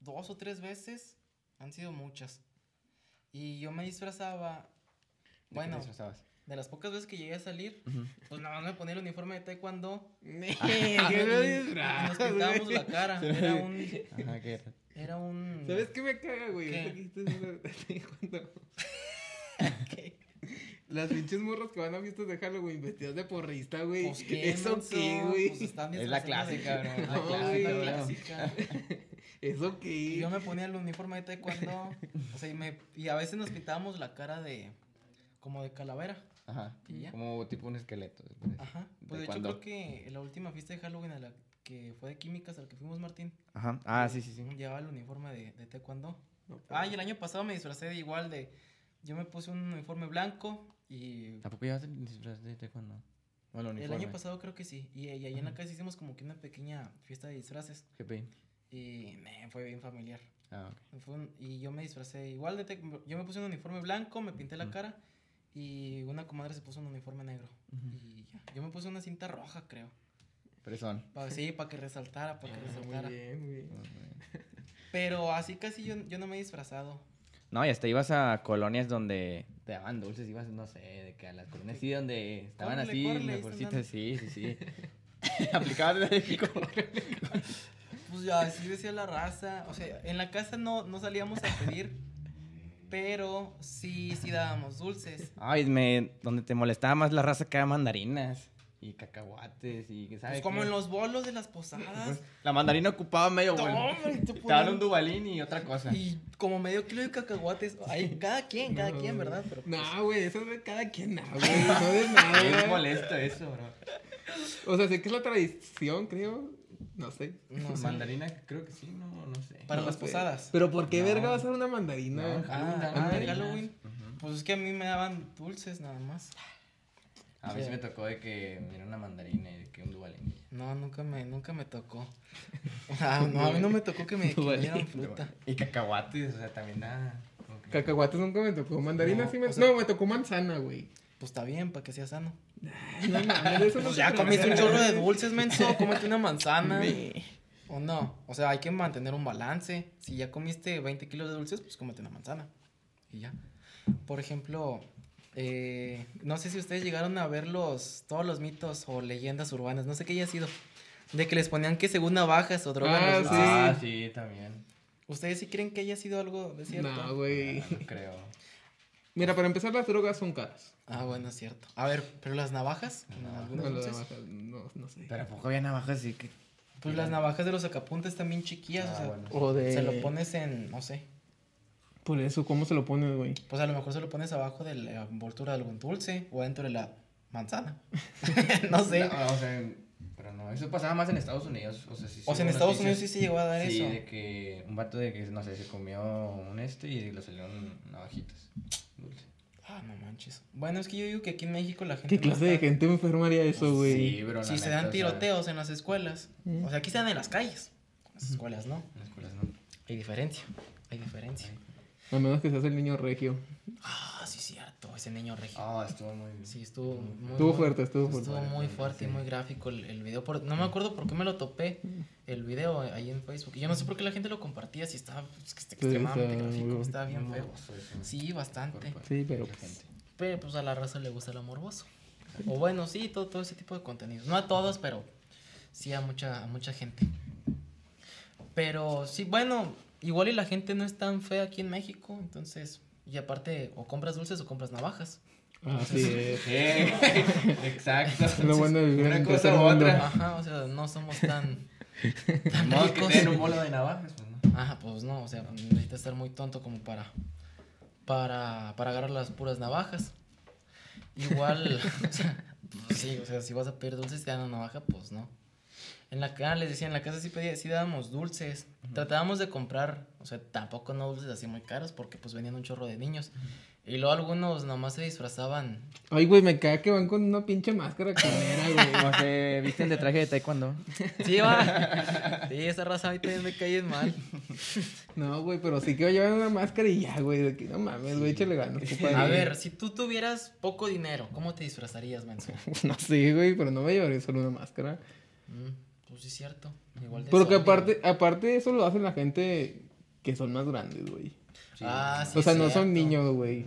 S1: dos o tres veces, han sido muchas. Y yo me disfrazaba.
S2: ¿De qué
S1: Bueno,
S2: te disfrazabas?
S1: de las pocas veces que llegué a salir,
S2: Ujú.
S1: pues nada más me ponía el uniforme de taekwondo.
S3: Ne,
S1: y-
S3: qué
S1: y-
S3: buen
S1: y nos
S3: disfraz,
S1: pintábamos
S3: güey.
S1: la cara.
S2: Sí.
S1: Era un.
S2: Ajá, ¿qué era?
S1: Era un.
S3: ¿Sabes qué me caga, güey?
S1: ¿Qué?
S3: Ahorita que dijiste eso de- de taekwondo.
S1: ¿Qué?
S3: Las pinches morras que van a fiestas de Halloween vestidas de porrista, güey.
S1: Pues, ¿qué,
S3: ¿Eso
S1: menso?
S3: qué, güey?
S1: Pues, están
S2: Es la
S1: disfrazadas de-
S2: clásica, bro, es la
S1: No,
S3: clásica,
S1: güey,
S3: bro.
S1: la clásica.
S3: ¿Eso
S1: Y
S3: qué?
S1: yo me ponía el uniforme de taekwondo. O sea, y, me, y a veces nos pintábamos la cara de. como de calavera.
S2: Ajá.
S1: Y ya.
S2: Como tipo un esqueleto. se parece.
S1: Ajá. Pues de hecho, creo
S2: Taekwondo.
S1: que en la última fiesta de Halloween a la que fue de químicas, a la que fuimos Martín,
S2: Ajá. Ah, sí, sí, sí.
S1: llevaba el uniforme de, de taekwondo.
S3: No, pues,
S1: Ah, y el año pasado me disfracé de igual de. Yo me puse un uniforme blanco y.
S2: ¿A poco llevas el disfraz de taekwondo? Bueno,
S1: El
S2: uniforme.
S1: año pasado creo que sí. Y, y ahí en la casa hicimos como que una pequeña fiesta de disfraces.
S2: ¿Qué pedí?
S1: Y me fue bien familiar.
S2: Ah, ok.
S1: Fue un- y yo me disfracé igual de... tec- Yo me puse un uniforme blanco, me pinté la
S2: Ujú.
S1: cara y una comadre se puso un uniforme negro.
S2: Ujú.
S1: Y ya. Yo me puse una cinta roja, creo.
S2: Presón.
S1: Pa- sí, para que resaltara, para que
S3: ah,
S1: resaltara.
S3: muy bien, muy bien.
S1: Pero así casi yo, yo no me he disfrazado.
S2: No, y hasta ibas a colonias donde te daban dulces, ibas, no sé, de que a las colonias sí, donde estaban
S1: Córrele,
S2: así,
S1: córrele, ahí
S2: las
S1: están
S2: bolsitas,
S1: dando.
S2: sí, sí, sí. Aplicabas de México.
S1: Pues ya, así decía la raza. O sea, en la casa no, no salíamos a pedir, pero sí, sí dábamos dulces.
S2: Ay, me, donde te molestaba más la raza que era mandarinas y cacahuates y, ¿sabes?
S1: Pues como
S2: qué?
S1: en los bolos de las posadas.
S2: La mandarina ocupaba medio
S1: No,
S2: vuelo.
S1: hombre, te
S2: Te daban
S1: ponían-
S2: un dubalín y otra cosa.
S1: Y como medio kilo de cacahuates. Ay, cada quien, cada
S3: No,
S1: quien,
S3: güey.
S1: ¿verdad? Pero pues-
S3: No, güey, eso es de cada quien, no, güey. No de nada.
S2: Es molesto eso, bro.
S3: O sea, sé que es la tradición, creo. No sé.
S1: No sé.
S2: Mandarina, creo que sí, no, no sé.
S1: Para
S3: No
S1: las
S3: sé.
S1: posadas.
S3: Pero ¿por qué
S2: No.
S3: verga vas a dar una
S2: No,
S3: mandarina?
S2: en Halloween
S1: Ah,
S2: dan
S1: ah,
S2: mandarinas.
S1: Halloween.
S2: Ujú.
S1: Pues es que a mí me daban dulces nada más.
S2: A mí sí
S1: Sí.
S2: me tocó de que me dieron una mandarina y de que un dubalín.
S1: No, nunca me, nunca me tocó. Ah, no, a mí no me tocó que me que me dieran fruta.
S2: Y cacahuates, o sea, también nada. como que-
S3: Cacahuates nunca me tocó. Mandarina
S1: No,
S3: sí me
S1: o sea-
S3: No, me tocó manzana, güey. Ah,
S1: Pues está bien, para que sea sano.
S3: No, mames, eso no
S1: Pues
S3: se
S1: ya comiste un
S3: pregunta.
S1: chorro de dulces, menso. Cómete una manzana. O no. O sea, hay que mantener un balance. Si ya comiste 20 kilos de dulces, pues cómete una manzana. Y ya. Por ejemplo, eh, no sé si ustedes llegaron a ver los, todos los mitos o leyendas urbanas. No sé qué haya sido. De que les ponían que según navajas o drogas.
S3: Ah,
S1: los dulces.
S2: Ah, sí, también.
S1: ¿Ustedes sí creen que haya sido algo de cierto?
S3: No, güey.
S2: Ah, no creo.
S3: Mira, para empezar, las drogas son caras.
S1: ah, bueno, es cierto. A ver, pero las navajas,
S2: No,
S1: algunos
S3: No, lo
S1: dulces?
S3: demás, no, no sé.
S2: Pero ¿a poco había navajas así que.
S1: Pues las navajas de los acapuntes también chiquillas,
S2: Ah,
S1: o sea,
S2: bueno.
S3: O de.
S1: se lo pones en, no sé,
S3: Por eso, ¿cómo se lo pones, güey?
S1: pues a lo mejor se lo pones abajo de la envoltura de algún dulce o dentro de la manzana. no sé.
S2: No, o sea, pero no, eso pasaba más en Estados Unidos. O sea, sí,
S1: o sea, en
S2: hubo
S1: Estados Unidos sí
S2: noticias.
S1: se llegó a dar
S2: Sí,
S1: eso.
S2: de que un vato de que, no sé, se comió un este y le salieron navajitas. Dulce.
S1: Ah, no manches. Bueno, es que yo digo que aquí en México la gente...
S3: ¿Qué
S1: no
S3: clase de
S1: está-
S3: gente me enfermaría eso, güey?
S2: Sí, pero la
S1: Sí, se
S2: neta,
S1: dan
S2: o sea,
S1: tiroteos en las escuelas.
S3: Mm.
S1: O sea, aquí se dan en las calles. En las escuelas, ¿no?
S2: En las escuelas no.
S1: Hay diferencia. Hay diferencia.
S3: A menos que seas el niño regio.
S1: Ah, sí, cierto, ese niño regio.
S2: Ah, estuvo muy bien.
S1: Sí, estuvo muy,
S3: Estuvo
S1: muy-
S3: fuerte, estuvo
S1: estuvo
S3: fuerte.
S1: muy fuerte y muy gráfico el, el video. por- no me acuerdo por qué me lo topé el video ahí en Facebook. Yo no sé por qué la gente lo compartía, si estaba pues, que está extremadamente
S3: estaba muy
S1: gráfico,
S3: bueno.
S1: estaba bien
S2: No,
S1: feo.
S2: eso es-
S1: Sí, bastante.
S2: cuerpo de-
S3: Sí, pero
S2: de la
S3: pues,
S2: gente.
S1: Pero pues a la raza le gusta el morboso. O bueno, sí, todo, todo ese tipo de contenidos. No a todos, pero sí a mucha, a mucha gente. Pero sí, bueno, igual y la gente no es tan fea aquí en México, entonces... Y aparte, o compras dulces o compras navajas.
S3: pues, Así es.
S2: Sí, exacto.
S3: Es lo bueno de vivir en
S2: Una
S3: el
S2: cosa
S3: tercer
S2: u
S3: mundo.
S2: otra.
S1: Ajá, o sea, no somos tan. tan
S2: No, que
S1: ricos.
S2: tienen un bolo de navajas, pues, ¿no?
S1: Ajá, pues no, o sea, necesitas estar muy tonto como para. para. para agarrar las puras navajas. Igual, o sea, pues sí, o sea, si vas a pedir dulces y te dan una navaja, pues no. En la casa, les decía, en la casa sí, pedía, sí dábamos dulces. Tratábamos de comprar, o sea, tampoco no dulces así muy caros, porque pues venían un chorro de niños. Y luego algunos nomás se disfrazaban
S3: Ay, güey, me caga que van con una pinche máscara culera, güey.
S2: Como se visten de traje de taekwondo.
S1: Sí, va. Sí, esa raza ahorita me cae mal.
S3: No, güey, pero sí que voy a llevar una máscara y ya, güey. De que no mames, güey, échale ganas. compadre.
S1: A ver, si tú tuvieras poco dinero, ¿cómo te disfrazarías, Menso?
S3: No sé, güey, pero no me llevaré solo una máscara.
S1: Mm, pues sí, es cierto. Igual de
S3: Pero que
S1: zombie.
S3: aparte, aparte eso lo hacen la gente que son más grandes, güey.
S1: Ah, sí.
S3: o sea,
S1: es
S3: no
S1: cierto.
S3: son niños, güey.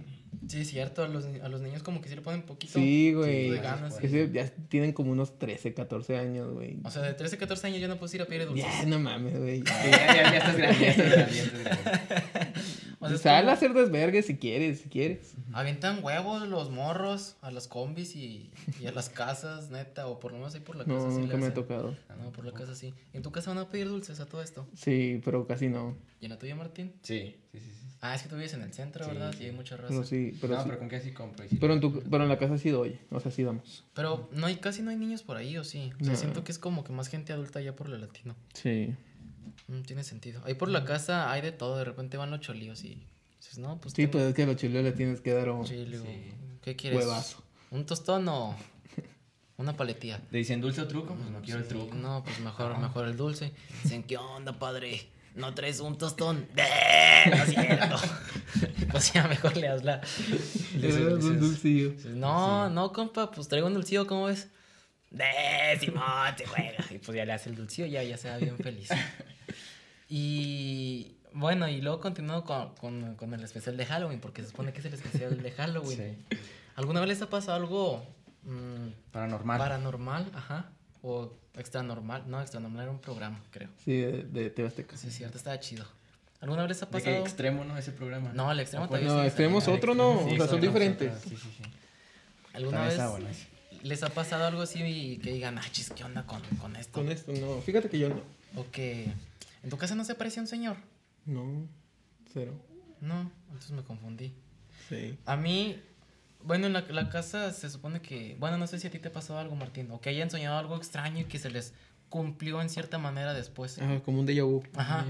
S1: Sí, es cierto. A los, ni- a los niños, como que sí le ponen poquito.
S3: Sí,
S1: de
S3: güey.
S1: ganas,
S3: Es decir, ya tienen como unos 13, 14 años, güey.
S1: O sea, de 13, 14 años yo no puedo ir a pedir Ah, dulces.
S3: Ya, no mames, güey.
S2: Ya, ya, ya estás grande, ya estás grande, ya estás grande.
S1: O sea,
S3: sal a hacer desvergue si quieres, si quieres.
S1: Avientan huevos los morros a las combis y, y a las casas, neta, o por lo menos ahí por la casa.
S3: No,
S1: sí le
S3: nunca me ha
S1: hacen.
S3: tocado.
S1: Ah, no, por la casa sí. ¿En tu casa van a pedir dulces a todo esto?
S3: Sí, pero casi no.
S1: ¿Y en la tuya, Martín?
S2: Sí, sí, sí. sí.
S1: Ah, es que tú vives en el centro,
S2: Sí,
S1: ¿verdad?
S2: sí.
S1: Y hay mucha raza.
S3: Pero sí, pero,
S2: no,
S3: sí.
S2: pero con qué sí compro. y sí
S3: Pero
S2: lo-
S3: en, tu, pero en la casa sí doy, o sea, sí damos.
S1: Pero no hay, casi no hay niños por ahí, ¿o sí? O sea,
S3: No.
S1: siento que es como que más gente adulta ya por lo latino.
S3: Sí.
S1: Mm, tiene sentido. Ahí por la casa hay de todo, de repente van los cholíos y dices, no, pues...
S3: Sí,
S1: tengo
S3: pues es que a los chileos le tienes que dar un
S1: chile, o-
S2: Sí.
S1: ¿Qué quieres?
S3: huevazo.
S1: ¿Un tostón o una paletilla?
S2: ¿Te dicen dulce o truco? Pues no quiero el truco.
S1: No, pues mejor, mejor el dulce. Dicen, ¿qué onda, padre? ¿No traes un tostón? ¡Bleh! No es cierto. pues ya, mejor le das la...
S3: Le das un dulcillo.
S1: Dices, No, no, compa, pues traigo un dulcillo, ¿cómo ves? De Simón, te juega. Y pues ya le hace el dulcillo, ya, ya se va bien feliz. Y bueno, y luego continúo con, con- con el especial de Halloween, porque se supone que es el especial de Halloween. ¿Alguna vez les ha pasado algo mm,
S2: Paranormal.
S1: paranormal? Ajá. O extranormal. No, extranormal era un programa, creo.
S3: Sí, de, de TV Azteca.
S1: Sí, es cierto, estaba chido. ¿Alguna vez les ha
S2: ¿De qué Ah, pues
S1: pasado?
S2: extremo, no? Ese programa.
S1: No, el extremo
S2: ¿O cuál?
S1: también
S3: No,
S1: sí,
S3: extremos
S1: también.
S3: otro, no.
S2: Sí,
S3: O sea, son
S2: extremo,
S3: diferentes.
S2: otro, Sí, sí, sí.
S1: ¿Alguna
S2: También
S1: vez
S2: está bueno ese.
S1: les ha pasado algo así y que digan, ah, chis, ¿qué onda con, con esto?
S3: Con esto, no. Fíjate que yo no.
S1: O que en tu casa no se aparecía un señor.
S3: No, cero.
S1: No, entonces me confundí.
S3: Sí.
S1: A mí, bueno, en la, la casa se supone que, bueno, no sé si a ti te pasó algo, Martín, o que hayan soñado algo extraño y que se les cumplió en cierta manera después.
S3: Ah, como un déjà vu.
S1: Ajá.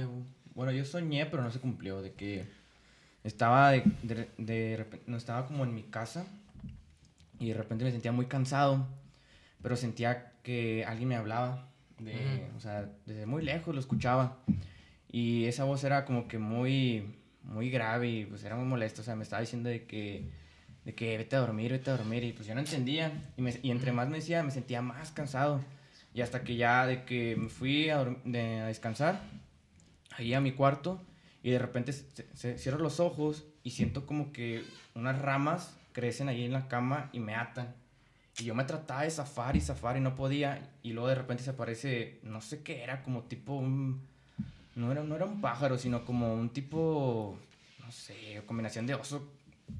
S2: Bueno, yo soñé, pero no se cumplió. De que estaba de, de, de repente, no estaba como en mi casa y de repente me sentía muy cansado, pero sentía que alguien me hablaba. De,
S1: Ujú.
S2: O sea, desde muy lejos lo escuchaba. Y esa voz era como que muy, muy grave y pues era muy molesto. O sea, me estaba diciendo de que, de que vete a dormir, vete a dormir. Y pues yo no entendía. Y, me- y entre más me decía, me sentía más cansado. Y hasta que ya de que me fui a, dorm- de- a descansar, ahí a mi cuarto, y de repente se- se- cierro los ojos y siento como que unas ramas crecen ahí en la cama y me atan. Y yo me trataba de zafar y zafar y no podía. Y luego de repente se aparece, no sé qué era, como tipo un... No era, no era un pájaro, sino como un tipo, no sé, combinación de oso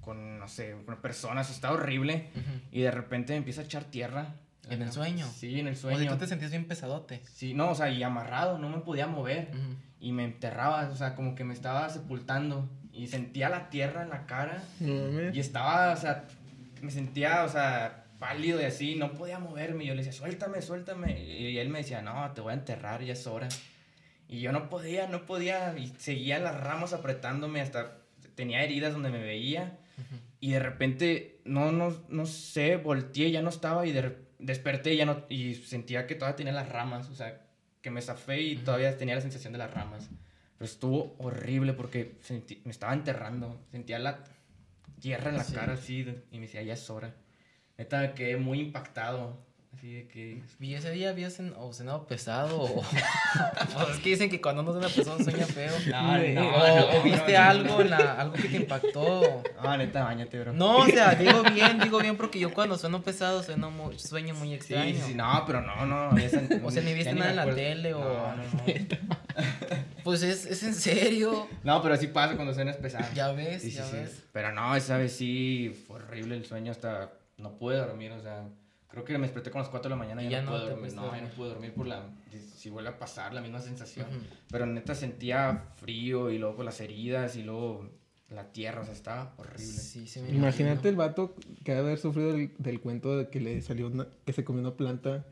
S2: con, no sé, una persona. Eso está horrible.
S1: Ujú.
S2: Y de repente me empieza a echar tierra.
S1: ¿En el sueño?
S2: Sí, en el
S1: O sea,
S2: sueño.
S1: tú te sentías bien pesadote.
S2: Sí, no, o sea, y amarrado, no me podía mover.
S1: Ujú.
S2: Y me enterraba, o sea, como que me estaba sepultando. Y sentía la tierra en la cara.
S3: No
S2: Y
S3: mames.
S2: estaba, o sea, me sentía, o sea, pálido y así, no podía moverme. Y yo le decía, suéltame, suéltame. Y él me decía, no, te voy a enterrar, ya es hora. Y yo no podía, no podía. Y seguían las ramas apretándome hasta tenía heridas donde me veía. Y de repente, no, no, no sé, volteé, ya no estaba. Y de re- desperté ya no, y sentía que todavía tenía las ramas, o sea, que me zafé y todavía tenía la sensación de las ramas. Pero estuvo horrible porque sentí- me estaba enterrando. Sentía la tierra en la
S1: Sí.
S2: cara así de- y me decía, ya es hora. Neta, me quedé muy impactado. Así de que...
S1: Y ese día habías cen- o cenado pesado o... pues es que dicen que cuando uno cena pesado sueña feo.
S2: No, no,
S1: o, o
S2: no,
S1: viste
S2: no, no.
S1: algo, en la- algo que te impactó.
S2: Ah, neta, bañate, bro.
S1: No, o sea, digo bien, digo bien porque yo cuando sueno pesado sueno muy, sueño muy
S2: Sí,
S1: extraño.
S2: sí, no, pero no, no. esa-
S1: O sea, ni
S2: ya
S1: viste nada
S2: me
S1: en la
S2: acuerdo.
S1: tele o-
S2: No, no, no.
S1: Pues es, es en serio.
S2: No, pero sí pasa cuando suenas pesado.
S1: Ya ves,
S2: Sí, sí,
S1: ya
S2: sí.
S1: ves.
S2: Pero no, esa vez sí fue horrible el sueño hasta no pude dormir, o sea, creo que me desperté con las 4 de la mañana y
S1: Y
S2: ya,
S1: ya
S2: no,
S1: no
S2: pude
S1: te
S2: dormir,
S1: pudiste
S2: no, ya no
S1: dormir.
S2: pude dormir por la si vuelve a pasar la misma sensación,
S1: Ujú.
S2: pero neta sentía frío y luego con las heridas y luego la tierra, o sea, estaba horrible.
S1: Sí, sí, me
S3: Imagínate el
S1: imagino.
S3: vato que ha de haber sufrido del, del cuento de que le salió una, que se comió una planta.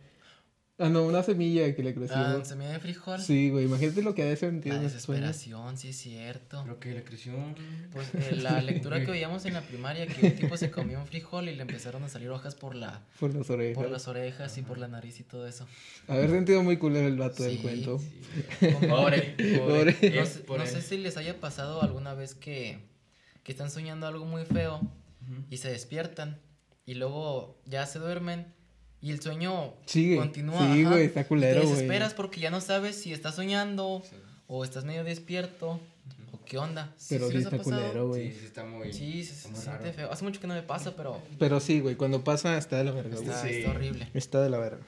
S3: Ah, no, una semilla que le creció.
S1: Ah, se me da frijol.
S3: sí, güey, imagínate lo que ha de sentir
S1: La
S3: en esos sueños.
S1: desesperación, sí es cierto.
S2: Creo que le creció un-
S1: Pues eh, la lectura que veíamos en la primaria, que un tipo se comió un frijol y le empezaron a salir hojas por la,
S3: Por las orejas.
S1: por las orejas y por la nariz y todo eso.
S3: Haber sentido muy culero el vato del
S1: Sí,
S3: cuento.
S2: sí.
S1: Pobre,
S2: Pobre,
S3: pobre.
S1: No,
S2: Eh,
S1: sé,
S2: por
S1: no
S2: él.
S1: sé si les haya pasado alguna vez que, que están soñando algo muy feo y se despiertan y luego ya se duermen y el sueño
S3: Sigue,
S1: continúa.
S3: sí,
S1: ajá,
S3: güey, está
S1: y
S3: culero,
S1: Te
S3: güey.
S1: desesperas porque ya no sabes si estás soñando o estás medio despierto o qué onda. ¿Sí-
S3: Pero
S1: sí
S3: sí
S1: les ha
S3: está
S1: pasado?
S3: culero,
S2: Sí,
S3: güey.
S2: sí está muy
S1: Sí, se,
S2: está
S1: se
S2: muy
S1: siente
S2: raro.
S1: feo. Hace mucho que no me pasa, pero
S3: Pero sí, güey, cuando pasa está de la verga, güey.
S1: está,
S2: Sí.
S1: está horrible.
S3: Está de la verga.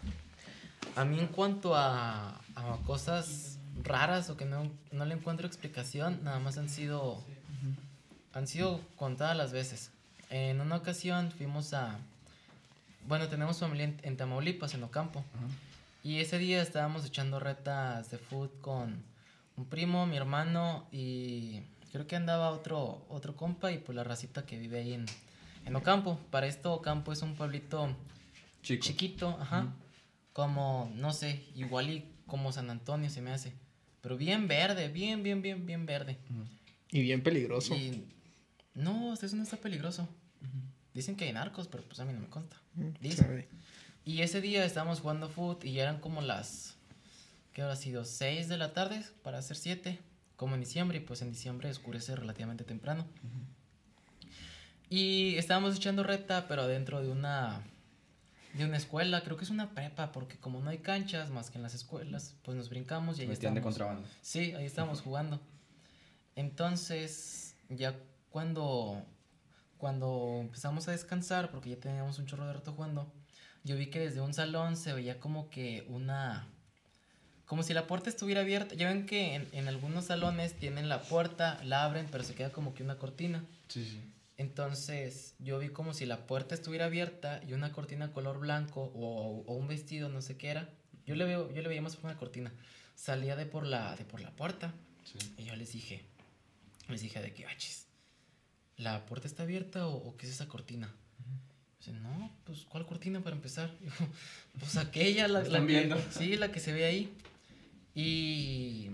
S1: A mí en cuanto a, a cosas raras o que no, no le encuentro explicación, nada más han sido han sido contadas las veces. En una ocasión fuimos a... Bueno, tenemos familia en, en Tamaulipas, en Ocampo. Y ese día estábamos echando retas de food con un primo, mi hermano y creo que andaba otro, otro compa y pues la racita que vive ahí en, en Ocampo. Para esto Ocampo es un pueblito
S4: Chico.
S1: chiquito, ajá. Como, no sé, igual y como San Antonio se me hace. Pero bien verde, bien, bien, bien, bien verde.
S3: Y bien peligroso.
S1: Y no, hasta eso no está peligroso. Dicen que hay narcos, pero pues a mí no me consta. Dicen.
S3: Mm, pues, Sabe.
S1: Y ese día estábamos jugando foot y ya eran como las, ¿qué habrá sido? 6 de la tarde para hacer 7, como en diciembre, y pues en diciembre oscurece relativamente temprano. Y estábamos echando reta, pero adentro de una, de una escuela, creo que es una prepa, porque como no hay canchas más que en las escuelas, pues nos brincamos y ahí
S4: Metían de
S1: estábamos.
S4: contrabando.
S1: Sí, ahí estábamos jugando. Entonces, ya cuando, cuando empezamos a descansar, porque ya teníamos un chorro de rato jugando, yo vi que desde un salón se veía como que una... Como si la puerta estuviera abierta. Ya ven que en, en algunos salones tienen la puerta, la abren, pero se queda como que una cortina.
S4: Sí, sí.
S1: Entonces yo vi como si la puerta estuviera abierta y una cortina color blanco o, o un vestido, no sé qué era. Yo le, veo, yo le veía más por una cortina. Salía de por la, de por la puerta.
S4: sí.
S1: Y yo les dije, les dije de que, achis, ¿la puerta está abierta o, o qué es esa cortina? Dicen, no, pues, ¿cuál cortina para empezar? Y yo, pues aquella,
S4: ¿La
S1: la, la
S4: están viendo?
S1: que, sí, la que se ve ahí. Y,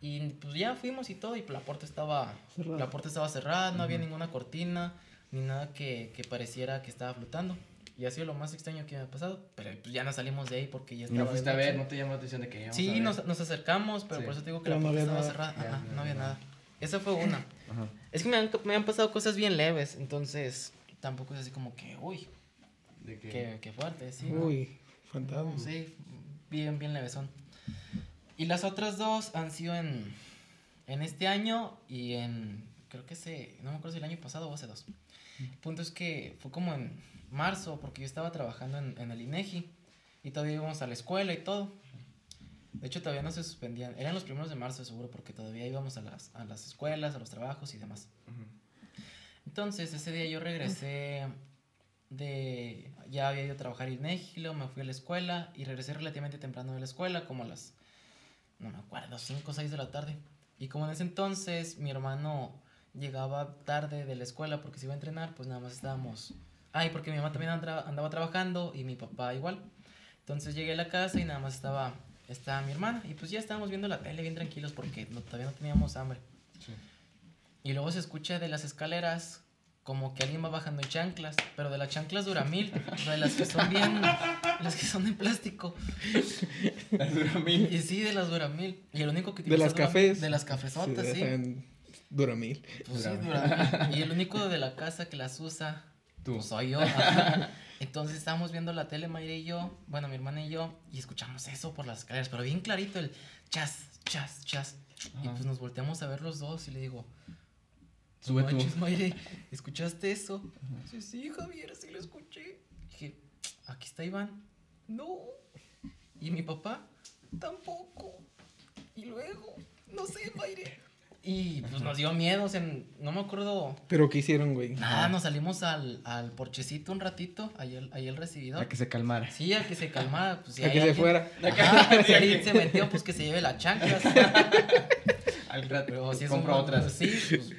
S1: y pues ya fuimos y todo, y la puerta estaba
S3: Cerrada.
S1: la puerta estaba cerrada, no había ninguna cortina, ni nada que, que pareciera que estaba flotando. Y ha sido lo más extraño que me ha pasado, pero pues ya no salimos de ahí porque ya
S4: Y
S1: estaba
S4: no
S1: de
S4: fuiste a
S1: noche.
S4: ver, no te llamó la atención de que íbamos a
S1: Sí,
S4: ver?
S1: nos, nos acercamos, pero
S4: Sí.
S1: por eso te digo que
S3: Pero
S1: la
S3: no
S1: puerta
S3: había
S1: estaba
S3: nada.
S1: cerrada.
S4: Ya,
S1: Ajá,
S4: ya,
S1: no había
S4: ya.
S1: nada. Esa fue una.
S4: Ajá.
S1: Es que me han, me han pasado cosas bien leves, entonces tampoco es así como que, uy,
S4: De que...
S1: qué, qué fuerte, sí. ¿no?
S3: Uy, fantasma.
S1: Sí, bien, bien levesón. Y las otras dos han sido en, en este año y en, creo que se, no me acuerdo si el año pasado o hace dos. El punto es que fue como en marzo, porque yo estaba trabajando en, en el INEGI y todavía íbamos a la escuela y todo. De hecho, todavía no se suspendían. Eran los primeros de marzo, seguro, porque todavía íbamos a las, a las escuelas, a los trabajos y demás. Entonces, ese día yo regresé de... Ya había ido a trabajar en México, me fui a la escuela y regresé relativamente temprano de la escuela, como a las... No me acuerdo, 5 o 6 de la tarde. Y como en ese entonces mi hermano llegaba tarde de la escuela porque se iba a entrenar, pues nada más estábamos... Ay, porque mi mamá también andra- andaba trabajando y mi papá igual. Entonces llegué a la casa y nada más estaba, estaba mi hermana. Y pues ya estábamos viendo la tele bien tranquilos porque no- todavía no teníamos hambre.
S4: Sí.
S1: Y luego se escucha de las escaleras como que alguien va bajando en chanclas, pero de las chanclas Duramil, o sea, de las que son bien, las que son de plástico.
S4: Las Duramil.
S1: Y sí, de las Duramil. Y el único que
S3: De las
S1: utiliza Dura-
S3: cafés.
S1: De las
S3: Sí,
S1: cafesotas, sí.
S3: dejan- Dura mil.
S1: Pues sí,
S4: Duramil.
S1: Duramil. Y el único de la casa que las usa,
S4: Tú.
S1: pues soy yo. ajá. Entonces estábamos viendo la tele, Mayra y yo, bueno, mi hermana y yo, y escuchamos eso por las escaleras, pero bien clarito el chas, chas, chas. Y
S4: Ajá.
S1: pues nos volteamos a ver los dos y le digo,
S4: Sube
S1: no
S4: tú.
S1: manches, Mayre, ¿escuchaste eso? Sí, sí, Javier, sí lo escuché. Dije, aquí está Iván. No. ¿Y mi papá? Tampoco. Y luego, no sé, Mayre. Y pues nos dio miedo, o sea, no me acuerdo.
S3: Pero ¿qué hicieron, güey?
S1: Nada, nos salimos al, al porchecito un ratito, ahí el, ahí el
S4: A
S1: recibidor.
S4: que se calmara.
S1: Sí, a que se calmara. Pues, si
S3: A
S1: hay
S3: que se
S1: alguien-
S3: fuera.
S1: Ajá, si alguien se metió, pues que se lleve la chancla.
S4: Al rato.
S1: Pero si es
S4: compro
S1: un-
S4: otras.
S1: Sí, pues,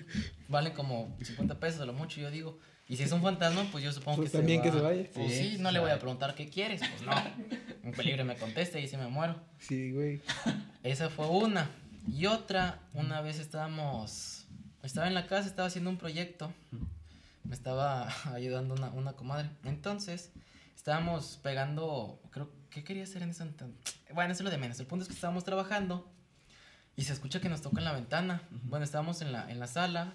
S1: vale como 50 pesos a lo mucho, yo digo. Y si es un fantasma, pues yo supongo
S3: Pues
S1: que
S3: también
S1: se
S3: que se
S1: va.
S3: vaya.
S1: Pues
S4: Sí,
S1: sí, no le voy
S4: claro.
S1: a preguntar qué quieres, pues no. Un peligro me contesta y se me muero.
S3: Sí, güey.
S1: Esa fue una. Y otra, una vez estábamos, estaba en la casa, estaba haciendo un proyecto. Me estaba ayudando una, una comadre. Entonces, estábamos pegando, creo, ¿qué quería hacer en ese entonces? Bueno, eso es lo de menos. El punto es que estábamos trabajando y se escucha que nos tocan la ventana. Bueno, estábamos en la, en la sala